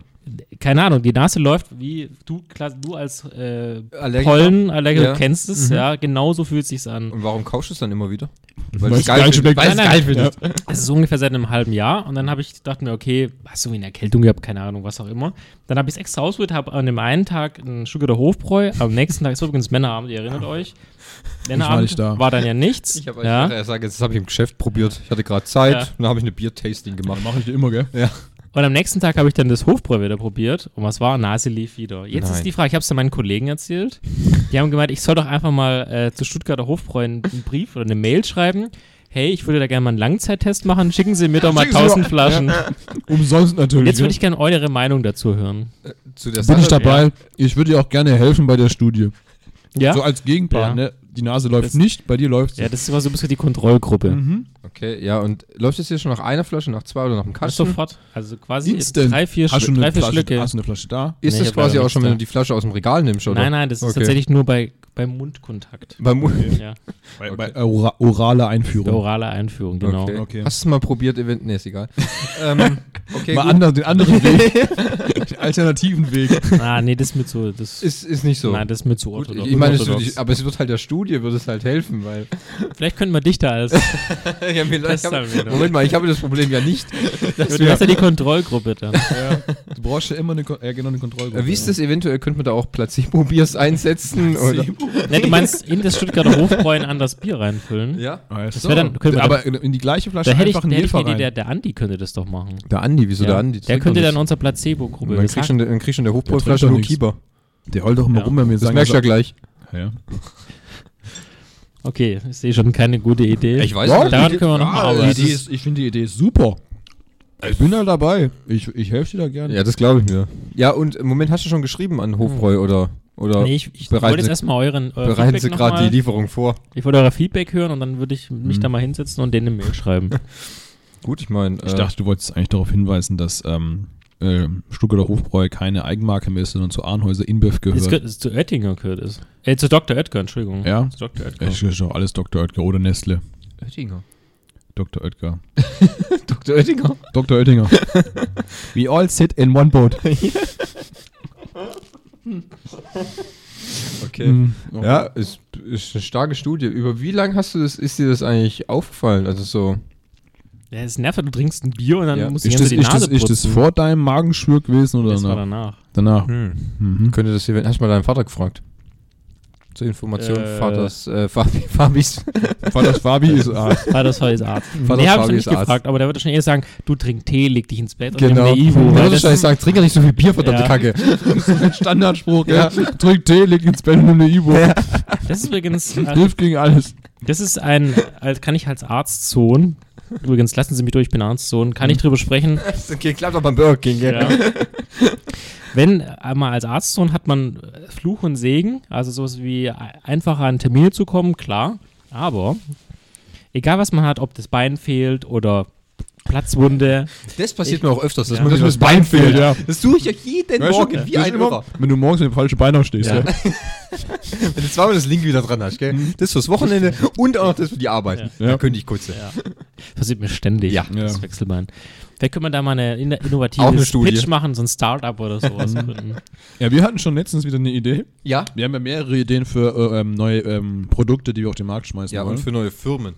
Keine Ahnung, die Nase läuft wie du, klar, du als äh, Allergiker? Pollenallergiker Ja. kennst es, ja, genauso fühlt sich's an. Und warum kaufst du es dann immer wieder? Weil's geil findest. schmeckt. Weil's Nein, nein. geil findest. Es ist Also ungefähr seit einem halben Jahr und dann habe ich dachte mir, okay, hast du wie eine Erkältung gehabt, keine Ahnung, was auch immer. Dann habe ich es extra ausprobiert, habe an dem einen Tag einen Stuttgarter Hofbräu, am nächsten Tag ist übrigens Männerabend, ihr erinnert euch. Männerabend nicht da. war dann ja nichts. Ich habe ja. ja. gesagt, das habe ich im Geschäft probiert. Ich hatte gerade Zeit, Ja. und dann habe ich eine Bier-Tasting gemacht. Mache ich dir immer, gell? Und am nächsten Tag habe ich dann das Hofbräu wieder probiert und was war? Nase lief wieder. Jetzt Nein. ist die Frage, ich habe es dann meinen Kollegen erzählt. Die haben gemeint, ich soll doch einfach mal äh, zu Stuttgarter Hofbräu einen, einen Brief oder eine Mail schreiben. Hey, ich würde da gerne mal einen Langzeittest machen. Schicken Sie mir doch mal Schicken Sie mal- 1000 Flaschen. Umsonst natürlich. ne? Jetzt würde ich gerne eure Meinung dazu hören. Äh, Zu der Bin ich Sache- dabei. Ich würde dir auch gerne helfen bei der Studie. Ja? So als Gegenpart, Ja. ne? Die Nase läuft Das- nicht, bei dir läuft Ja, das ist immer so ein bisschen die Kontrollgruppe. Mhm. Okay, ja, und läuft es hier schon nach einer Flasche, nach zwei oder nach einem Das Kasten? sofort. Also quasi Instant. drei, vier, hast du Schl eine drei, vier Flasche, Schlücke. Hast du eine Flasche da? Ist Nee, ich das hab quasi leider auch schon, wenn nichts da. du die Flasche aus dem Regal nimmst, oder? Nein, nein, das ist Okay. tatsächlich nur bei, beim Mundkontakt. Beim Mund. Ja, Bei, bei äh, ora oraler der Einführung. orale Einführung, genau. Okay. Okay. Hast du es mal probiert? Event? Nee, ist egal. ähm, okay, Mal gut. anders, den anderen Weg. den alternativen Weg. Ah, nee, das ist mir zu. Das, Ist, ist nicht so. Nein, das ist mir zu gut, ich, orthodox. ich meine, es Orthodox. wird, aber es wird halt der Studie, wird es halt helfen, weil. Vielleicht könnten wir dich da als. Ja, mir- Das ich hab- haben wir noch. Moment mal, ich habe das Problem ja nicht. du hast ja die Kontrollgruppe dann. Du brauchst ja immer eine, Kon- äh, genau eine Kontrollgruppe. Äh, Wie ist das eventuell? Könnte man da auch Placebo-Biers einsetzen? Oder? nee, du meinst, in das Stuttgarter Hofbräu ein anderes Bier reinfüllen? Ja? Ah, Das ist wäre so. dann. Können wir, Aber in, in die gleiche Flasche da hätte ich, einfach da hätte ich Jefer eine Idee, rein. der, der Andi könnte das doch machen. Der Andi, wieso Ja. der Andi? Das der trinkt könnte doch dann nichts. unsere Placebo-Gruppe. Dann Das kriegst sagt- du in der- dann kriegst du in der trinkt doch Hochbräuflasche nur nichts. Kieber. Der heult doch immer Ja. rum, wenn wir Das sagen, merkst du ja dass gleich. er- ja. Okay, ich sehe schon keine gute Idee. weiß Wow, nicht. Daran können wir noch mal Ah, arbeiten. die Idee ist, ich finde die Idee ist super. Ich bin da dabei. Ich, ich helfe dir da gerne. Ja, das glaube ich mir. Ja, und im Moment hast du schon geschrieben an Hofbräu oder, oder Nee, ich, ich bereiten wollte jetzt Sie, erstmal euren euer bereiten Feedback Sie noch gerade mal- die Hm. Lieferung vor. Ich wollte euer Feedback hören und dann würde ich mich da mal hinsetzen und denen eine Mail schreiben. Gut, ich äh, meine. Ich dachte, du wolltest eigentlich darauf hinweisen, dass ähm, ähm, Stuttgarter Hofbräu keine Eigenmarke mehr ist, sondern zu Arnhäuser InBev Jetzt gehört. gehört es zu Oettinger gehört es. Äh, zu Dr. Oetker, Entschuldigung. Ja? Zu Dr. Oetker. Ich ist doch alles Dr. Oetker oder Nestle. Oettinger. Dr. Oetker. Dr. Oettinger? Dr. Oettinger. We all sit in one boat. Okay. Hm. Ja, ist, ist eine starke Studie. Über wie lange hast du das, ist dir das eigentlich aufgefallen? Also so. Ja, es nervt, du trinkst ein Bier und dann Ja. musst du die Ist ganze das, die ist, das, Nase ist das putzen. vor deinem Magenschwür gewesen oder Das war danach? Mhm. danach. Danach. Könnte das hier, hast du mal deinen Vater gefragt? Zur Information Äh. Vaters, äh, Fabi, Fabis. Vaters Fabi ist Arzt. Ah, das war jetzt Arzt. Vater nee, habe ich Fabi ist noch nicht Arzt. gefragt, aber der würde schon eher sagen, du trink Tee, leg dich ins Bett und Genau. nimm eine Ivo. Ja, weil das das- ist sagen, trink ja nicht so viel Bier, verdammte Ja. Kacke. Standardspruch, ja. Trink Tee, leg ins Bett und eine Ibo. Das ist übrigens, äh, Hilft gegen alles. das ist ein, als kann ich als Arztsohn, übrigens lassen Sie mich durch, ich bin Arztsohn, Hm. kann ich drüber sprechen. Okay, klappt auch beim Burger King, gell? Ja. Wenn einmal als Arztsohn hat man äh, Fluch und Segen, also sowas wie e- einfacher an Termine zu kommen, klar. Aber egal was man hat, ob das Bein fehlt oder Platzwunde, Das passiert mir auch öfters, dass Ja. man Dass sich mir das Bein fehlt, ja. Das tue ich ja jeden Weißt du, Morgen wie das ein immer, Irrer. Wenn du morgens mit dem falschen Bein aufstehst, Ja. ja. Wenn du zweimal das Link wieder dran hast, gell? Das fürs Wochenende und auch noch das für die Arbeit. Ja. Da könnte ich kurz. passiert mir ständig. Ja. Das Ja. Wechselbein. Vielleicht können wir da mal eine inno- Auch eine innovatives Studie. Pitch machen, so ein Startup oder sowas Mhm. gründen. Ja, wir hatten schon letztens wieder eine Idee. Ja? Wir haben ja mehrere Ideen für äh, ähm, neue ähm, Produkte, die wir auf den Markt schmeißen Ja, und wollen. für neue Firmen.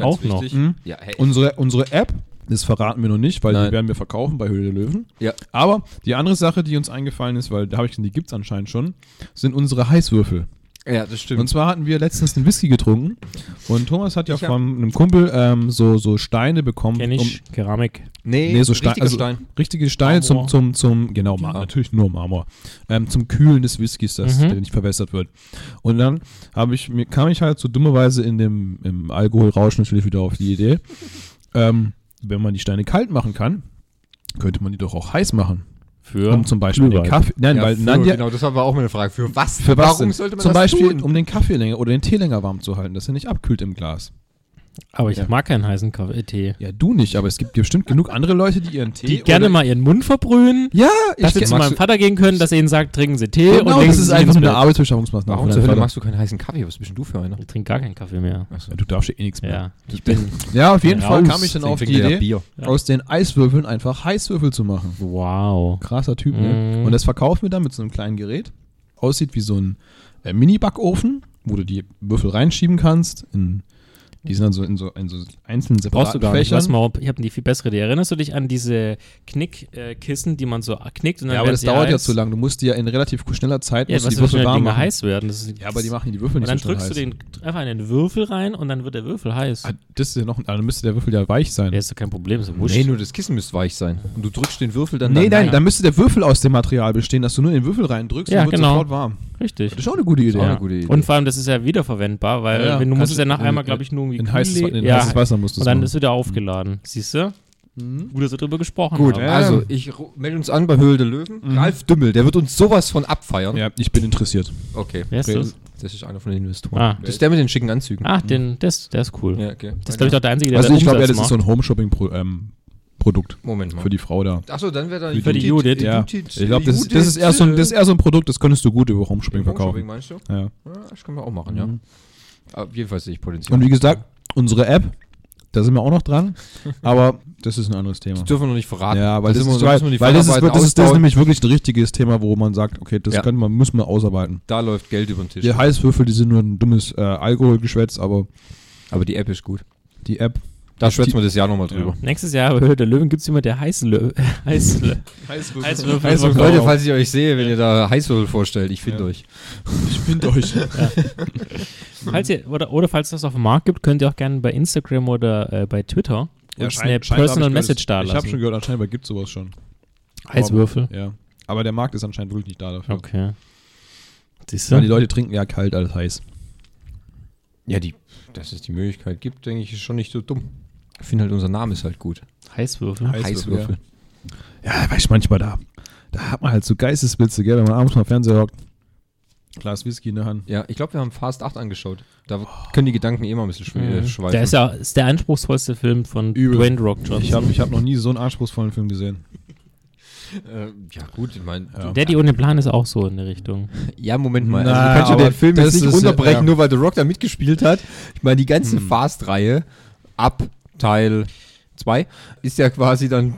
Auch noch. Mhm. Ja, hey. Unsere, unsere App, das verraten wir noch nicht, weil Nein. die werden wir verkaufen bei Höhle der Löwen. Ja. Aber die andere Sache, die uns eingefallen ist, weil da habe ich gesehen, die gibt es anscheinend schon, sind unsere Heißwürfel. ja, das stimmt. Und zwar hatten wir letztens einen Whisky getrunken und Thomas hat ja Ich hab- von einem Kumpel ähm, so, so Steine bekommen. Kenn ich, Keramik. nee, Nee, so Stein, richtiger also Stein. richtige Steine zum, Marmor. zum, zum, genau, Mar natürlich nur Marmor, ähm, zum Kühlen des Whiskys, dass Mhm. der nicht verwässert wird. Und dann habe ich, mir kam ich halt so dummerweise in dem, im Alkoholrausch natürlich wieder auf die Idee, ähm, wenn man die Steine kalt machen kann, könnte man die doch auch heiß machen. Für Um zum Beispiel den Glühwein. Kaffee, nein, ja, weil, für, nein, ja, genau, das war aber auch meine Frage. Für was? für was Warum denn? sollte man Zum das Beispiel, tun? um den Kaffee länger oder den Tee länger warm zu halten, dass er nicht abkühlt im Glas. Aber ich Ja. mag keinen heißen Kaffee, äh, Tee. Ja, du nicht, aber es gibt bestimmt genug andere Leute, die ihren Tee Die gerne oder- mal ihren Mund verbrühen. Ja, Dass wir ich zu meinem Vater gehen können, dass er ihnen sagt, trinken Sie Tee Genau, und das ist einfach nur eine Arbeitsbeschaffungsmaßnahme. Warum von zur deinem Hölle Vater. magst du keinen heißen Kaffee? Was bist denn du für einer? Ich trinke gar keinen Kaffee mehr. Ja, du darfst ja eh nichts mehr. Ja, ich bin. Ja, auf jeden Raus. Fall kam ich dann auf die Idee, Bier. aus den Eiswürfeln einfach Heißwürfel zu machen. Wow. Krasser Typ, ne? Mhm. Und das verkaufen wir dann mit so einem kleinen Gerät. Aussieht wie so ein äh, Mini-Backofen, wo du die Würfel reinschieben kannst. In, die sind dann so in so, in so einzelnen Brauchst du separaten gar nicht. Fächern. Lass mal, ob- ich habe die viel bessere Idee. Erinnerst du dich an diese Knickkissen, die man so knickt und dann ja, aber werden das sie dauert ja heiß? zu lang. Du musst die ja in relativ schneller Zeit Ja, musst du was die wird Würfel schnell warm Dinge machen. heiß werden? Das ist, Ja, aber die machen die Würfel Und nicht dann so schnell drückst du heiß. den einfach in den Würfel rein und dann wird der Würfel heiß. Ah, das ist ja noch, dann müsste der Würfel ja weich sein. Ja, ist doch kein Problem, ist doch wurscht. Nee, nur das Kissen müsste weich sein. Und du drückst den Würfel dann Nee, dann nein, dann müsste der Würfel aus dem Material bestehen, dass du nur in den Würfel reindrückst Ja, und wird genau. sofort warm. Richtig. Das ist auch eine gute Idee. auch Ja. eine gute Idee. Und vor allem, das ist ja wiederverwendbar, weil Ja, ja. wenn du musst Kannst es ja nach in- einmal, in- glaube ich, nur irgendwie In heißes, kühl- in ja, heißes Mhm. Wasser musst du Und dann machen. ist wieder aufgeladen. Siehst du? Hm? Gut, dass wir drüber gesprochen Gut, haben. Ja. also ich ru- melde uns an bei Höhle der Löwen. Ralf Dümmel, der wird uns sowas von abfeiern. Ja, ich bin interessiert. Okay. Wer ist Okay. das? Das ist einer von den Investoren. Ah. Das ist der mit den schicken Anzügen. Ach, Ah, den, der, ist, der ist cool. Ja, okay. Das ist, glaube ich, auch der einzige, der Also da ich glaube, ja, Umsatz das ist macht. so ein Home-Shopping-Produkt Moment mal. für die Frau da. Achso, dann wäre da äh, Für die Judith, Ja, Judith- ich glaube, das, das, ist eher so ein- das ist eher so ein Produkt, das könntest du gut über Home-Shopping Home-Shopping, verkaufen. meinst du? Ja. Ja, das können wir auch machen, ja. Aber jedenfalls sehe ich Potenzial. Und wie gesagt, unsere App, da sind wir auch noch dran, aber das ist ein anderes Thema. das dürfen wir noch nicht verraten. Ja, weil das, sind ist, wir- weil, müssen wir die weil das, ist, Facharbeiten das, ist, das ist ausbauen. nämlich wirklich ein richtiges Thema, wo man sagt, okay, das Ja. können wir, müssen wir ausarbeiten. Da läuft Geld über den Tisch. Die Heißwürfel, die sind nur ein dummes äh, Alkoholgeschwätz, aber Aber die App ist gut. die App. Da schwätzen wir das Jahr nochmal drüber. Nächstes Jahr bei Höhle der Löwen gibt es jemand, der Heißlö Heißlö Heißwürfel. Heißwürfel Also verkauft. Leute, falls ich euch sehe, wenn ihr da Heißwürfel vorstellt, ich finde Ja. euch. Ich bin durch. falls ihr, oder, oder falls das auf dem Markt gibt, könnt ihr auch gerne bei Instagram oder äh, bei Twitter uns eine Personal Message da Ich habe schon lassen. gehört, anscheinend gibt es sowas schon. Heißwürfel. Ja. Aber der Markt ist anscheinend wirklich nicht da dafür. Okay. Siehst Weil die du? Leute trinken ja kalt als heiß. Ja, die, dass es die Möglichkeit gibt, denke ich, ist schon nicht so dumm. Ich finde halt, unser Name ist halt gut. Heißwürfel. Heißwürfel. Ja, weiß ich manchmal da. Da hat man halt so Geistesblitze, gell, wenn man abends mal am Fernseher hockt. Glas Whisky in der Hand. Ja, ich glaube, wir haben Fast 8 angeschaut. Da w- können die Gedanken eh mal ein bisschen schwe- Mhm. äh, schweifen. Der ist ja ist der anspruchsvollste Film von Übel. Dwayne Rock Johnson. Ich habe ich hab noch nie so einen anspruchsvollen Film gesehen. äh, ja, gut, ich meine. Ja. Daddy ohne Plan ist auch so in der Richtung. Ja, Moment mal. Also, Na, du kannst ja aber den Film das jetzt nicht ist ja- runterbrechen, ja. nur weil The Rock da mitgespielt hat. Ich meine, die ganze Fast-Reihe ab Teil 2 ist ja quasi dann.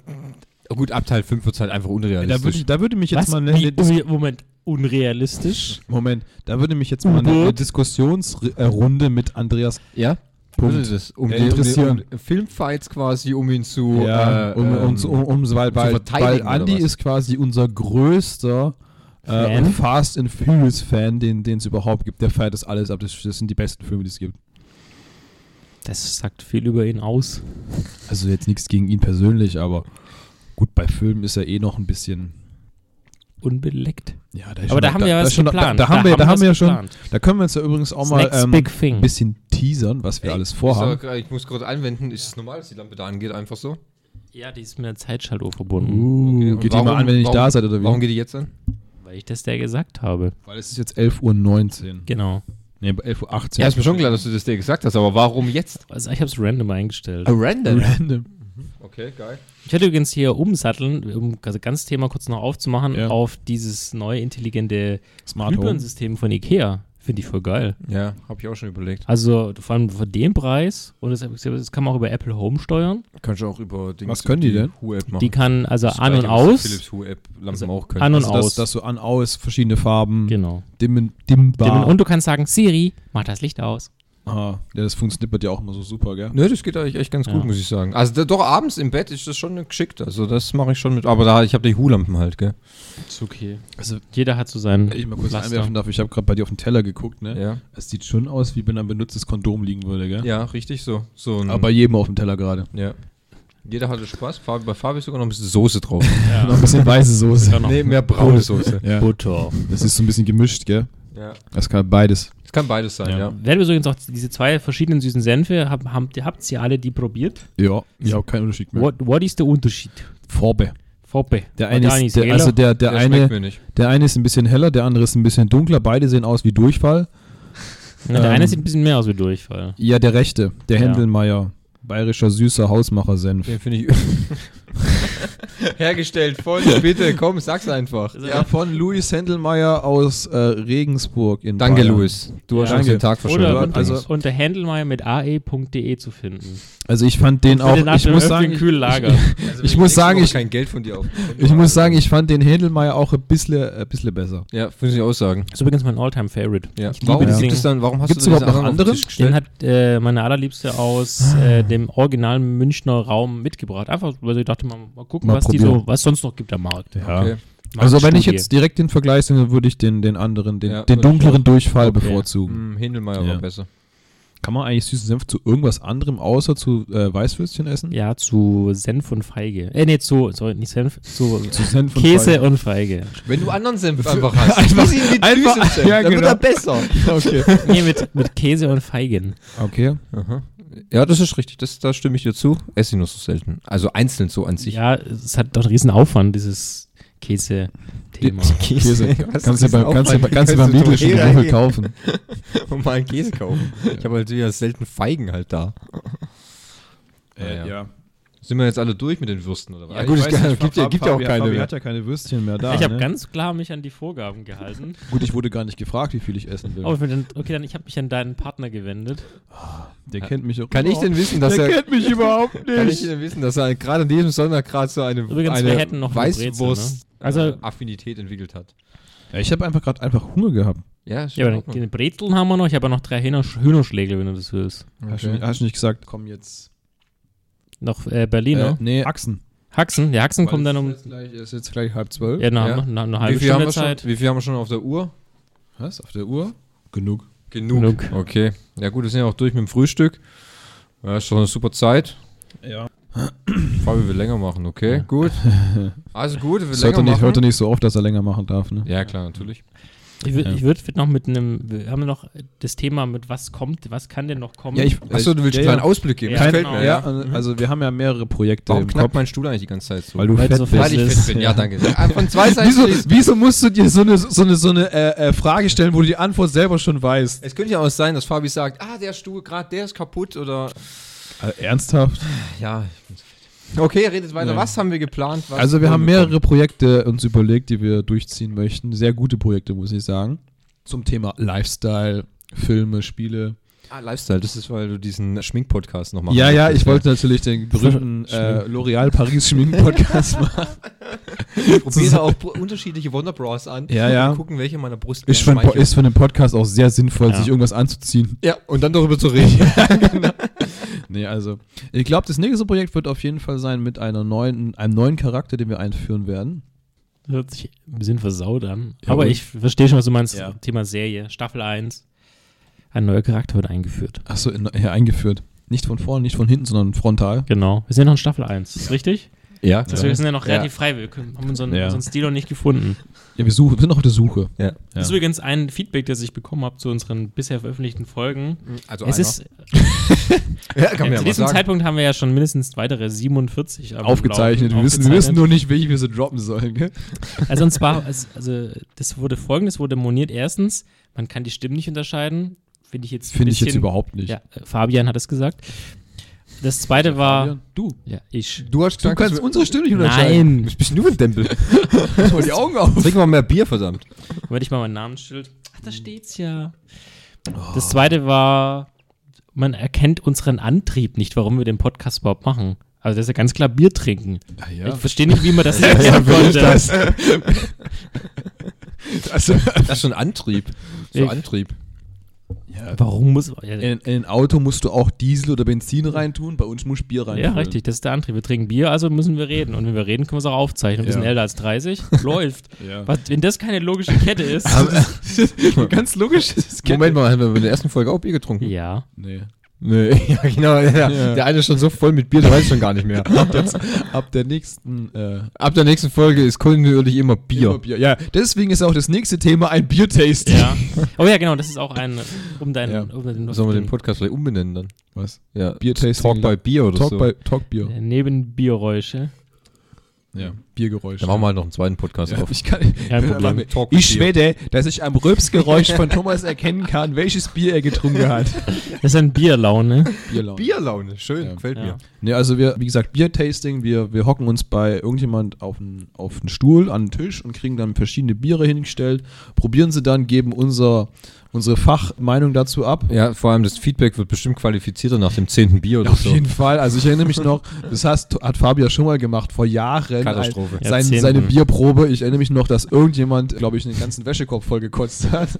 Gut, ab Teil 5 wird es halt einfach unrealistisch. Da würde, da würde mich jetzt Was? mal eine, Wie, eine Dis wie, Moment, unrealistisch? Moment, da würde mich jetzt mal eine, eine Diskussionsrunde mit Andreas Ja? Punkt. Würde das um Äh, den, um interessieren. den um Filmfights quasi, um ihn zu. ja, äh, um, um, ähm, um, um, weil, weil, verteidigen weil oder Andi was? ist quasi unser größter Äh, Fan? und Fast and Furious Fan, den den es überhaupt gibt, der feiert das alles ab. Das, das sind die besten Filme, die es gibt. Das sagt viel über ihn aus. Also jetzt nichts gegen ihn persönlich, aber gut, bei Filmen ist er eh noch ein bisschen. Unbeleckt. Ja, da Aber ist schon da noch- haben wir ja da, was ist schon noch- geplant. Da, da haben wir, da haben wir ja was schon. geplant. Da können wir uns ja übrigens auch mal Next ähm, ein Big Thing. bisschen teasern, was wir alles vorhaben. ich muss kurz einwenden, ist es normal, dass die Lampe da angeht, einfach so? Ja, die ist mit einer Zeitschaltuhr verbunden, Uh, und geht die mal an, wenn ihr nicht warum, da seid oder wie? Warum geht die jetzt an? weil ich das der gesagt habe. Weil es ist jetzt 11.19 Uhr. Genau. Nee, 11.18 Uhr. Ja, ist mir schon klar, dass du das dir gesagt hast, aber warum jetzt? Also ich habe es random eingestellt. Oh. Random. Random. Okay, geil. Ich hätte übrigens hier umsatteln, um das ganze Thema kurz noch aufzumachen, Ja. auf dieses neue intelligente Smart Home. Glühbirnensystem von Ikea. Finde ich voll geil. Ja, habe ich auch schon überlegt. Also vor allem für den Preis und das, das kann man auch über Apple Home steuern. Kannst du auch über Dings, Was können die denn? Hue-App machen. Die kann also Das an und Gleiche, was die aus. Philips Hue-App-Lampen Also auch können. An und Also, dass, aus. dass du an, aus, verschiedene Farben, genau. dimmen, dimmbar. Dimmen- Und du kannst sagen, Siri, mach das Licht aus. Aha. Ah, Ja, das funktioniert bei dir auch immer so super, gell? Nö, das geht eigentlich echt ganz Ja. gut, muss ich sagen. Also da, doch abends im Bett ist das schon geschickt. Also das mache ich schon mit. Aber da ich habe die Hu-Lampen halt, gell? Ist okay. Also, Jeder hat so seinen wenn ich mal kurz Cluster. einwerfen darf, ich habe gerade bei dir auf den Teller geguckt, ne? Ja. Es sieht schon aus, wie wenn ein benutztes Kondom liegen würde, gell? Ja, richtig so. So ein. Aber bei jedem auf dem Teller gerade. ja. Jeder hatte Spaß. Fabi, bei Fabi ist sogar noch ein bisschen Soße drauf. Noch ein bisschen weiße Soße. nee, mehr braune Soße. Ja. Butter. Das ist so ein bisschen gemischt, gell? ja. Das kann beides. Es kann beides sein, ja. Ja. Werden wir übrigens auch diese zwei verschiedenen süßen Senfe, hab, haben, die- habt ihr alle die probiert? Ja, Ähm. ich habe keinen Unterschied mehr. What, what ist der Unterschied? Farbe. Voppe. Der eine ist, der, also der, der, Der schmeckt mir eine, nicht. der eine ist ein bisschen heller, der andere ist ein bisschen dunkler. Beide sehen aus wie Durchfall. Na, der eine ähm, sieht ein bisschen mehr aus wie Durchfall. Ja, der rechte, der Ja. Händelmeier. Bayerischer süßer Hausmacher-Senf. Den finde ich. Hergestellt von, bitte, komm, sag's einfach. Also Ja, von Louis Händelmeier aus äh, Regensburg in Danke, Bayern. Luis. Du hast Ja. uns den Danke. Tag verschwendet. Oder übrigens. also unter Händelmeier mit E ae.de zu finden. Also ich fand den auch, Den hat ich im muss öffentlichen sagen, Kühllager. Also, wenn ich muss nächste sagen, Woche ich- kein Geld von dir auf. ich muss sagen, ich fand den Händelmeier auch ein bisschen, ein bisschen besser. Ja, muss ich auch sagen. Das ist übrigens mein Alltime favorite Ja. Ich liebe warum den. gibt es dann, warum hast Gibt's du überhaupt noch auf den andere? Tisch gestellt? Den hat äh, meine allerliebste aus äh, dem originalen Münchner Raum mitgebracht. Einfach, weil ich dachte, mal, mal gucken, Mal was die probieren. so, was sonst noch gibt am Markt. Ja. Okay. Also wenn ich Marktstudie. jetzt direkt den Vergleich sehe, dann würde ich den, den anderen, den, Ja, den würde ich dunkleren Durchfall Okay. bevorzugen. Hm, Hindelmeier Ja. war besser. Kann man eigentlich süßen Senf zu irgendwas anderem außer zu äh, Weißwürstchen essen? Ja, zu Senf und Feige. Äh, nee, zu, sorry, nicht Senf, zu Zu Senf und Käse Feigen. und Feige. Wenn du anderen Senf einfach hast, Einfach- gieß ihn mit einfach- Düsensenf, ja, dann wird genau. er besser. Okay. Nee, mit, mit Käse und Feigen. okay. Ja, das ist richtig, das, da stimme ich dir zu. Esse ich nur so selten. Also einzeln so an sich. Ja, es hat doch einen riesen Aufwand, dieses Käse-Thema. Käse. Was Kannst du ist beim, das kannst du, Aufwand? kannst du beim Kannst du Lidl schon Tomaten Würfel reingeben? kaufen. Und mal einen Käse kaufen. Ich habe halt ja selten Feigen halt da. Äh, ja. Sind wir jetzt alle durch mit den Würsten oder was? es Ich weiß gibt- nicht, gibt ja, gibt ja auch Fabi- keine Fabi mehr. hat ja keine Würstchen mehr da. ich habe ne? ganz klar mich an die Vorgaben gehalten. Gut, ich wurde gar nicht gefragt, wie viel ich essen will. Oh, ich bin dann, okay, dann ich habe mich an deinen Partner gewendet. der kennt mich auch Kann ich denn wissen, dass er kennt mich überhaupt kann ich denn wissen, dass er gerade an diesem Sonntag gerade so eine, Übrigens, eine wir hätten noch eine Brezel, Weißwurst ne? Also- äh, Affinität entwickelt hat. Ja, ich habe einfach gerade einfach Hunger gehabt. Ja, ist Ja, in aber Ordnung. den Brezeln haben wir noch. Ich habe ja noch drei Hühner, Hühnerschläge, wenn du das willst. Hast, du, nicht- hast du nicht gesagt, komm jetzt. Noch äh, Berliner. Äh, nee, Achsen. Haxen. Die Haxen kommen dann um. Ist jetzt gleich, ist jetzt gleich halb zwölf. Ja, noch Ja. noch- wie noch eine halbe viel, haben Stunde wir schon, Zeit. wie viel haben wir schon auf der Uhr? Was? Auf der Uhr? Genug. Genug. Genug. Okay. Ja gut, wir sind ja auch durch mit dem Frühstück. Ja, ist doch eine super Zeit. Ja. Fabi will länger machen, okay? Gut. Also gut, wir Das länger hört er, nicht, hört er machen. nicht so oft, dass er länger machen darf, ne? Ja, klar, natürlich. Ich, wür- Ja. ich würde noch mit einem. Wir haben noch das Thema mit was kommt, was kann denn noch kommen? Achso, du willst ja, einen kleinen ja. Ausblick geben. Ja, Das Kein, gefällt genau. mir, ja, ja. also wir haben ja mehrere Projekte Warum im knackt Kopf, mein Stuhl eigentlich die ganze Zeit zu? weil du Weil fett so bist. fett ist- ja, danke. Ah, Von zwei Seiten Wieso, schließt- wieso musst du dir so eine, so eine, so eine äh, äh, Frage stellen, wo du die Antwort selber schon weißt? Es könnte ja auch sein, dass Fabi sagt, ah, der Stuhl, gerade der ist kaputt oder Äh, ernsthaft? ja. Okay, redet weiter. Was haben wir geplant? Was Also wir haben wollen mehrere Projekte uns überlegt, die wir durchziehen möchten. Sehr gute Projekte, muss ich sagen. Zum Thema Lifestyle, Filme, Spiele. kommen? Ah, Lifestyle, das ist, weil du diesen Schminkpodcast noch machst. ja, ja, ich wollte natürlich den berühmten äh, L'Oreal Paris Schminken Podcast machen. Probiere auch pro- unterschiedliche Wonder Bras an Ja, ja. und gucken, welche meiner Brust Ist für, einen Po- schmeichelt. ist für einen Podcast auch sehr sinnvoll, Ja. sich irgendwas anzuziehen. Ja, und dann darüber zu reden. genau. Nee, also ich glaube, das nächste Projekt wird auf jeden Fall sein mit einer neuen, einem neuen Charakter, den wir einführen werden. Hört sich ein bisschen versaut an. Aber ich verstehe schon, was du meinst. Ja. Thema Serie, Staffel 1. Ein neuer Charakter wird eingeführt. Achso, ja, eingeführt. Nicht von vorne, nicht von hinten, sondern frontal. Genau. Wir sind ja noch in Staffel 1, ist richtig? Ja, Das heißt, wir sind ja noch relativ frei. Wir können- haben unseren, Ja. unseren Stil noch nicht gefunden. Ja, wir suchen, wir sind noch auf der Suche. ja. Das ist übrigens ein Feedback, das ich bekommen habe zu unseren bisher veröffentlichten Folgen. Also es einer. ist, äh, ja, kann man ja mal zu diesem sagen. Zeitpunkt haben wir ja schon mindestens weitere 47 am Aufgezeichnet. Laufen, Wir wissen, wir aufgezeichnet. wissen nur nicht, welche wir sie droppen sollen. Gell? Also und zwar, also, also das wurde folgendes wurde moniert. Erstens, man kann die Stimmen nicht unterscheiden. Finde ich jetzt ein Finde ich jetzt bisschen- überhaupt nicht. Ja, äh, Fabian hat es gesagt. Das zweite war. Fabian, du. Ja, ich. Du hast Du gesagt, kannst dass wir- unsere Stimme nicht unterscheiden. Nein! Was bist denn du für ein Tempel? Nein. Mal die Augen auf. Trinken wir mehr Bier, verdammt. Warte ich mal mein Namensschild. Ach, da steht's ja. Das zweite war, man erkennt unseren Antrieb nicht, warum wir den Podcast überhaupt machen. Also das ist ja ganz klar Bier trinken. Ah, Ich verstehe nicht, wie man das erkennen konnte. Also, Das ist schon Antrieb. So Ich- Antrieb. Warum muss. Ja, in, in ein Auto musst du auch Diesel oder Benzin reintun, bei uns musst Bier rein. ja, richtig, das ist der Antrieb. Wir trinken Bier, also müssen wir reden. Und wenn wir reden, können wir es auch aufzeichnen. Wir Ja. sind älter als 30. Läuft. Ja. Was, wenn das keine logische Kette ist. Ganz logisch. das ist Moment mal, haben wir in der ersten Folge auch Bier getrunken? ja. Nee. Nee, ja, genau. Ja. Ja. Der eine ist schon so voll mit Bier, der weiß schon gar nicht mehr. Ab der nächsten äh, Ab der nächsten Folge ist kontinuierlich immer Bier. Immer Bier. Ja, deswegen ist auch das nächste Thema ein Biertaste. Ja. Oh ja, genau, das ist auch ein. Um deinen. Ja. Um den, Sollen wir den Podcast vielleicht umbenennen dann? Was? Ja. Talk Biertasting. by Bier oder Talk so. bei Talk Bier. äh, Nebenbierräusche. Ja, Biergeräusch. dann machen wir halt noch einen zweiten Podcast ja, auf. ich kann, Kein Problem. ich, wette, dass ich am Rülpsgeräusch von Thomas erkennen kann, welches Bier er getrunken hat. Das ist ein Bierlaune. Bierlaune. Bierlaune, schön, Ja. gefällt Ja. Ne, also wir, wie gesagt, Biertasting, wir, wir hocken uns bei irgendjemand auf einen auf einen Stuhl, an einen Tisch und kriegen dann verschiedene Biere hingestellt, probieren sie dann, geben unser, unsere Fachmeinung dazu ab. Ja, vor allem das Feedback wird bestimmt qualifizierter nach dem zehnten Bier oder Auf so. jeden Fall. Also ich erinnere mich noch, das hast, hat Fabio schon mal gemacht, vor Jahren. Katastrophe. Ein, sein, Jahrzehnten. seine Bierprobe. Ich erinnere mich noch, dass irgendjemand, glaube ich, den ganzen Wäschekorb voll gekotzt hat.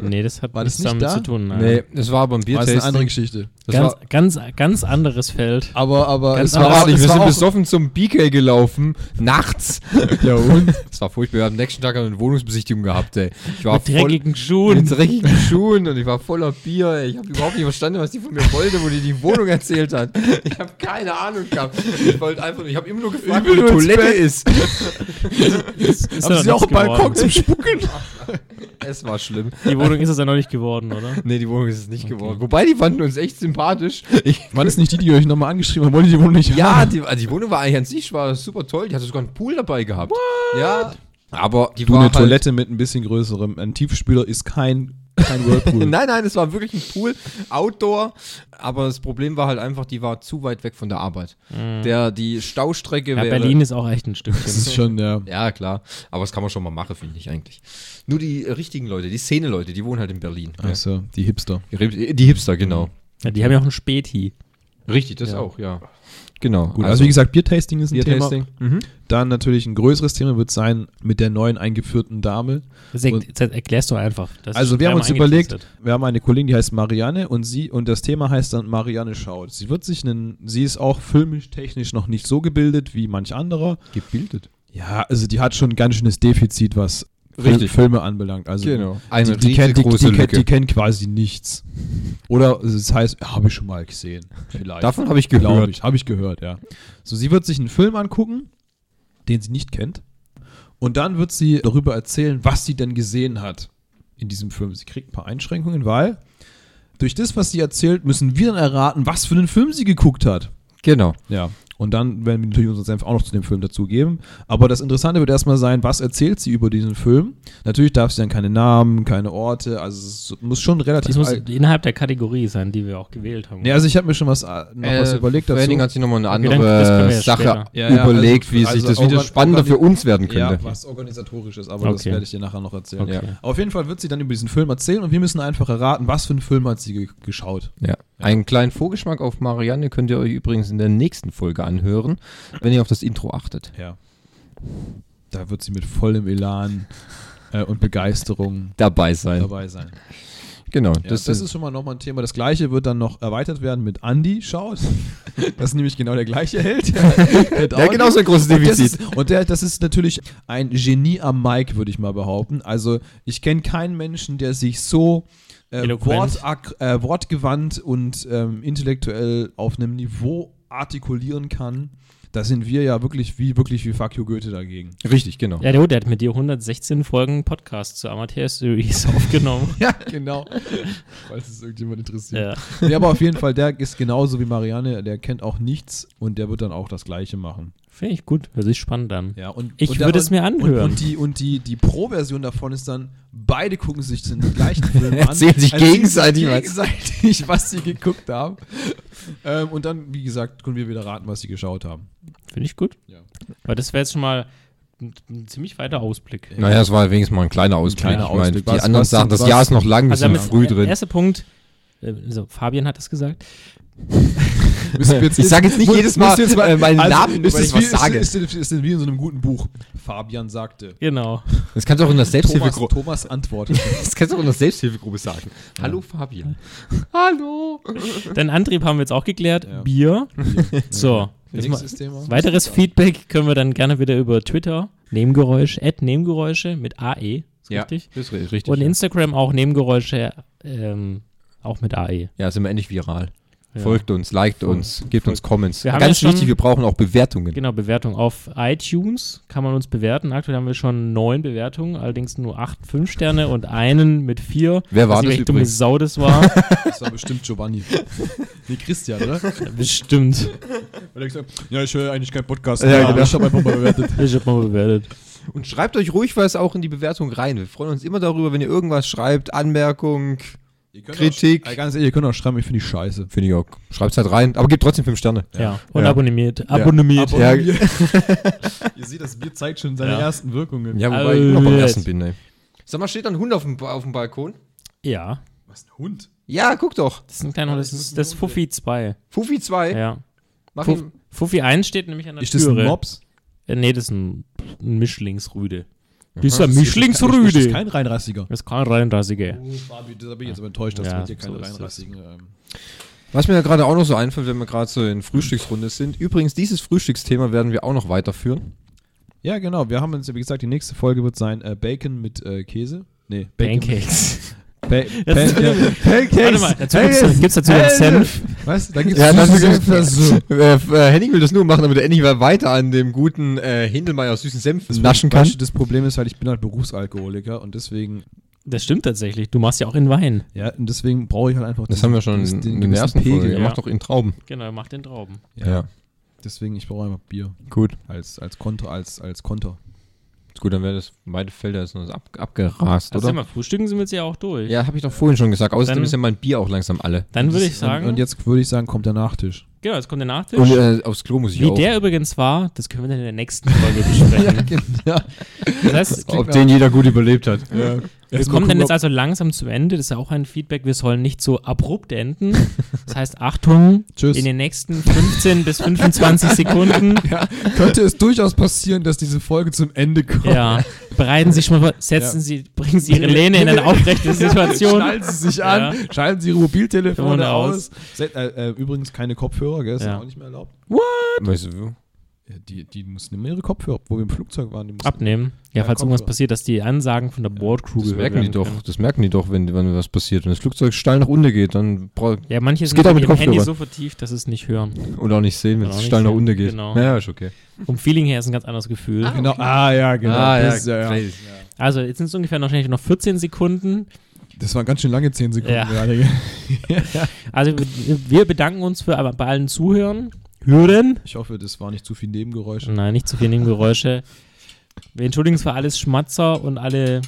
Nee, das hat War das nichts damit nicht da? zu tun. nein. Nee, es war aber ein Das ist eine andere Biertasting. Geschichte. Das ganz, war, ganz, ganz anderes Feld. Aber, aber Ganz es war, auch, wir es sind war auch, besoffen zum BK gelaufen, nachts. ja, und Das war furchtbar. Wir haben am nächsten Tag eine Wohnungsbesichtigung gehabt, ey. Ich war Mit dreckigen voll mit Schuhen. dreckigen Schuhen und ich war voller Bier, ey. Ich habe überhaupt nicht verstanden, was die von mir wollte, wo die die Wohnung erzählt hat. Ich habe keine Ahnung gehabt. Ich wollte einfach, nur- ich habe immer nur gefragt, wo will die nur ins Toilette Bett. ist. Ist, ist haben doch sie auch nichts einen Balkon geworden. zum Spucken. Es war schlimm. Die Wohnung ist es ja noch nicht geworden, oder? Nee, die Wohnung ist es nicht geworden. Wobei, die fanden uns echt sympathisch. Ich, Waren das nicht die, die euch nochmal angeschrieben haben? Wollt ihr die Wohnung nicht Ja, die, also die Wohnung war eigentlich an sich war super toll. Die hatte sogar einen Pool dabei gehabt. Ja, aber die Du, war eine halt, Toilette mit ein bisschen größerem. Ein Tiefspüler ist kein, kein Whirlpool. Nein, nein, es war wirklich ein Pool, Outdoor. Aber das Problem war halt einfach, die war zu weit weg von der Arbeit. Der, die Staustrecke Ja, wäre. Berlin ist auch echt ein Das Stückchen. ist schon, ja. Ja, klar. Aber das kann man schon mal machen, finde ich eigentlich. Nur die äh, richtigen Leute, die Szene-Leute, die wohnen halt in Berlin. Also, die Hipster. Die die Hipster, genau. Ja, die haben ja auch einen Späti. Richtig, das auch, ja. Genau. Gut, also, wie gesagt, Biertasting ist ein Biertasting. Mhm. Thema. Dann natürlich ein größeres Thema wird sein mit der neuen eingeführten Dame. Das, er, Und- das erklärst du einfach. Das Also ist wir haben einmal uns überlegt, eingetestet. wir haben eine Kollegin, die heißt Marianne und sie und das Thema heißt dann Marianne schaut. Sie wird sich einen, sie ist auch filmisch technisch noch nicht so gebildet wie manch anderer. gebildet. Ja, also die hat schon ein ganz schönes Defizit, was Fil- Richtig. Filme anbelangt. Also Genau. die, Eine die, kennt, die, die, riesengroße kennt, Lücke. die kennt quasi nichts. Oder es heißt, ja, habe ich schon mal gesehen. Vielleicht. Davon habe ich Glaube gehört. ich, habe ich gehört, ja. So, sie wird sich einen Film angucken, den sie nicht kennt. Und dann wird sie darüber erzählen, was sie denn gesehen hat in diesem Film. Sie kriegt ein paar Einschränkungen, weil durch das, was sie erzählt, müssen wir dann erraten, was für einen Film sie geguckt hat. Genau. Ja. Und dann werden wir natürlich unseren Senf auch noch zu dem Film dazugeben. Aber das Interessante wird erstmal sein, was erzählt sie über diesen Film? Natürlich darf sie dann keine Namen, keine Orte, also es muss schon Das relativ. muss all- innerhalb der Kategorie sein, die wir auch gewählt haben. Nee, also ich habe mir schon was, äh, noch was überlegt dazu. Henning hat sich nochmal eine Okay, andere dann- das können wir ja Sache später. Ja, ja, überlegt, also- wie also sich das auch wieder an- spannender auch an- für uns werden könnte. Ja, was organisatorisch ist, aber das Okay. werde ich dir nachher noch erzählen. Okay. Ja. Aber auf jeden Fall wird sie dann über diesen Film erzählen und wir müssen einfach erraten, was für einen Film hat sie ge geschaut. Ja. Einen kleinen Vorgeschmack auf Marianne könnt ihr euch übrigens in der nächsten Folge anhören, wenn ihr auf das Intro achtet. Ja. Da wird sie mit vollem Elan äh, und Begeisterung Dabei sein. dabei sein. Genau, Ja, das, ist schon mal nochmal ein Thema. Das gleiche wird dann noch erweitert werden mit Andy Schaut. Das ist nämlich genau der gleiche Held. Der, ja, genau so ein großes Und das, Defizit. ist, und der, das ist natürlich ein Genie am Mike, würde ich mal behaupten. Also ich kenne keinen Menschen, der sich so äh, Eloquent. wortak- äh, wortgewandt und ähm, intellektuell auf einem Niveau artikulieren kann. Da sind wir ja wirklich wie wirklich wie Fuck you Goethe dagegen. Richtig, genau. Ja, der, Hut, der hat mit dir 116 Folgen Podcast zur Amateur-Series aufgenommen. Ja, genau. Falls es irgendjemand interessiert. ja. Nee, aber auf jeden Fall, der ist genauso wie Marianne, der kennt auch nichts und der wird dann auch das Gleiche machen. Finde ich gut. Das ist spannend dann. Ja, und, Ich und würde es mir anhören. Und, und, die, und die, die Pro-Version davon ist dann, beide gucken sich den gleichen Film an. Also Erzählen sich erzählen gegenseitig was. gegenseitig, was sie geguckt haben. ähm, und dann, wie gesagt, können wir wieder raten, was sie geschaut haben. Finde ich gut. Ja. Weil das wäre jetzt schon mal ein, ein ziemlich weiter Ausblick. Naja, es war wenigstens mal ein kleiner Ausblick. kleiner ich meine, Ausblick. die Was- anderen was- sagen, das was- Jahr ist noch lang, wir Also sind damit, früh drin. Erster Punkt. äh, So, Fabian hat das gesagt. Müssen wir jetzt- Ich sag jetzt nicht mu- jedes Mal, müssen wir jetzt also äh, meinen Namen, ist wenn es ich wie, was sage. Ist, ist, ist, ist wie in so einem guten Buch. Fabian sagte. Genau. Das kannst du auch in der Thomas, Selbsthilfegruppe. Thomas antwortet. Das kannst du auch in der Selbsthilfegruppe sagen. Hallo Fabian. Hallo. Dann Antrieb haben wir jetzt auch geklärt. Ja. Bier. So. Jetzt mal, Nächstes Thema. weiteres Feedback können wir dann gerne wieder über Twitter. Nebengeräusch, at Nebengeräusche mit AE. Ist Ja, richtig. das ist ri- richtig. Und ja. Instagram auch Nebengeräusche, ähm, auch mit E. AE. ja, sind wir endlich viral. Ja. Folgt uns, liked uns, gebt uns Comments. Wir haben Ganz ja schon- wichtig, wir brauchen auch Bewertungen. Genau, Bewertung. Auf iTunes kann man uns bewerten. Aktuell haben wir schon neun Bewertungen, allerdings nur acht Fünf-Sterne und einen mit vier. Wer war Weiß nicht, das welche dumme übrigens? Sau das war. Das war bestimmt Giovanni. Nee, Christian, oder? Bestimmt. Weil er gesagt hat, ja, ich höre eigentlich keinen Podcast. Ja, aber genau. Ich habe einfach mal bewertet. Ich hab mal bewertet. Und schreibt euch ruhig was auch in die Bewertung rein. Wir freuen uns immer darüber, wenn ihr irgendwas schreibt, Anmerkung. Ihr könnt Kritik. Auch, ey, ganz ehrlich, ihr könnt auch schreiben, ich finde die scheiße. Finde ich auch. Schreibt's halt rein, aber gebt trotzdem fünf Sterne. Ja. Und Ja. abonniert. Abonniert. Ja. ihr seht, das Bier zeigt schon seine Ja. ersten Wirkungen. Ja, wobei ich noch beim Alright. ersten bin, ne. ey. Sag mal, steht da ein Hund auf dem, Ba- auf dem Balkon? Ja. Was, ein Hund? Ja, guck doch. Das ist ein kleiner, das ist das ist Fuffi 2. Fufi 2. Ja. Mach Fuff, ihm. Fuffi 1 steht nämlich an der Ist Türe. das ein Mops? Äh, nee, das ist ein, ein Mischlingsrüde. Das ist ein Das ist Mischlingsrüde. kein Reinrassiger. Das ist kein 33er. Oh, Fabi, da bin ich jetzt aber enttäuscht, dass Ja, wir dir keine so ist das. Reinrassigen ähm, Was mir ja gerade auch noch so einfällt, wenn wir gerade so in Frühstücksrunde sind. Übrigens, dieses Frühstücksthema werden wir auch noch weiterführen. Ja, genau. Wir haben uns, ja, wie gesagt, die nächste Folge wird sein äh, Bacon mit äh, Käse. Nee, Bacon. Pancakes. Pa Pancakes. Warte mal, dazu gibt's, gibt's dazu noch Hey. Senf. Was? Da gibt's äh, äh, Henning will das nur machen, damit er endlich mal weiter an dem guten äh, Hindelmeier süßen Senf naschen kann. Das Problem ist halt, ich bin halt Berufsalkoholiker und deswegen Das stimmt tatsächlich. Du machst ja auch in Wein. Ja, und deswegen brauche ich halt einfach Das diesen- haben wir schon diesen- in, in gewissen den ersten Folge. Er ja. macht doch in Trauben. Genau, macht den Trauben. Ja. Deswegen, ich brauche einfach Bier Gut. als, als Konter, als, als Konter. Gut, dann wäre das beide Felder jetzt noch ab, abgerast, Also sag oder? mal, frühstücken sind wir jetzt ja auch durch. Ja, habe ich doch vorhin schon gesagt. Außerdem Dann- ist ja mein Bier auch langsam alle. Dann würde ich Und- sagen, Und jetzt würde ich sagen, kommt der Nachtisch. genau, jetzt kommt der Nachtisch. Und äh, aufs Klo muss ich Wie auch. der übrigens war, das können wir dann in der nächsten Folge besprechen. genau. Das heißt, Ob den jeder gut überlebt hat. Ja. wir kommen dann jetzt also langsam zum Ende. Das ist ja auch ein Feedback. Wir sollen nicht so abrupt enden. Das heißt, Achtung, Tschüss. in den nächsten 15 bis 25 Sekunden Könnte es durchaus passieren, dass diese Folge zum Ende kommt. ja, bereiten Sie sich schon mal vor, setzen Ja. Sie, bringen Sie Ihre Lehne in eine aufrechte Situation. Schnallen Sie sich an, schalten Sie Ihre Mobiltelefone Telefone aus. aus. Se- Äh, äh, übrigens keine Kopfhörer, gell? Ist Ja. ja. auch nicht mehr erlaubt. Weißt du, Ja, die, die mussten immer ihre Kopfhörer, wo wir im Flugzeug waren, die mussten Abnehmen. Ja, Ja, falls komm, irgendwas so. passiert, dass die Ansagen von der Boardcrew das gehört merken die werden doch. können. Das merken die doch, wenn, wenn was passiert. Wenn das Flugzeug steil nach unten geht, dann braucht Ja, manche Es sind geht auch mit mit ihrem Handy Kopfhörer. so vertieft, dass sie es nicht hören. und auch nicht sehen, wenn Kann es auch steil nicht nach sehen, unten geht. genau. Naja, ist okay. Vom Feeling her ist ein ganz anderes Gefühl. Genau. Ah, ja, genau. das, ist ja, ja. crazy. Also, jetzt sind es ungefähr noch, noch 14 Sekunden. das waren ganz schön lange 10 Sekunden Ja. gerade. gell? Also, wir wir bedanken uns für, aber bei allen Zuhören. Hören? Ich hoffe, das war nicht zu viel Nebengeräusche. Nein, nicht zu viel Nebengeräusche. Wir entschuldigen uns für alles Schmatzer und alle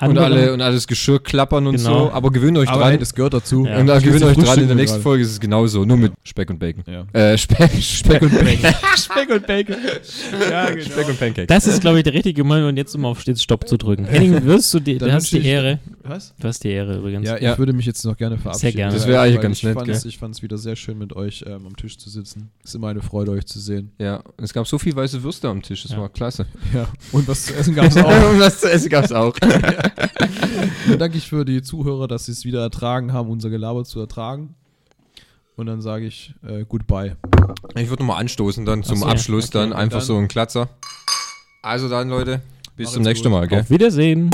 Und, anderen. alle, und alles Geschirr klappern und Genau. so. Aber gewöhnt euch Aber dran. hey, das gehört dazu. Ja. und da Ich will gewöhnt euch zum dran. In der Frühstücken nächsten Folge ist es genauso. Nur mit Speck und Bacon. gerade. Äh, Speck, Speck und Bacon. Speck und Bacon. Ja, genau. Speck und Pancake. Das ist, glaube ich, der richtige Moment, um jetzt um auf Stets Stopp zu drücken. Henning, wirst du die, Dann du hast die wünsche ich- Ehre. Was? Du hast die Ehre übrigens. Ja, ich Ja. würde mich jetzt noch gerne verabschieden. gerne. Das wäre eigentlich weil ganz ich nett, Fand's, ich fand es wieder sehr schön, mit euch ähm, am Tisch zu sitzen. Ist immer eine Freude, euch zu sehen. Ja, es gab so viel weiße Würste am Tisch. Das Ja. war klasse. Oh. Ja. Und was zu essen gab es auch. was zu essen gab es auch. Dann danke ich für die Zuhörer, dass sie es wieder ertragen haben, unser Gelaber zu ertragen. Und dann sage ich äh, goodbye. Ich würde nochmal anstoßen, dann zum so, ja. Abschluss, Okay, dann und einfach dann- so ein Klatzer. Also dann, Leute, bis Macht's zum nächsten gut. Mal, gell? Auf Wiedersehen.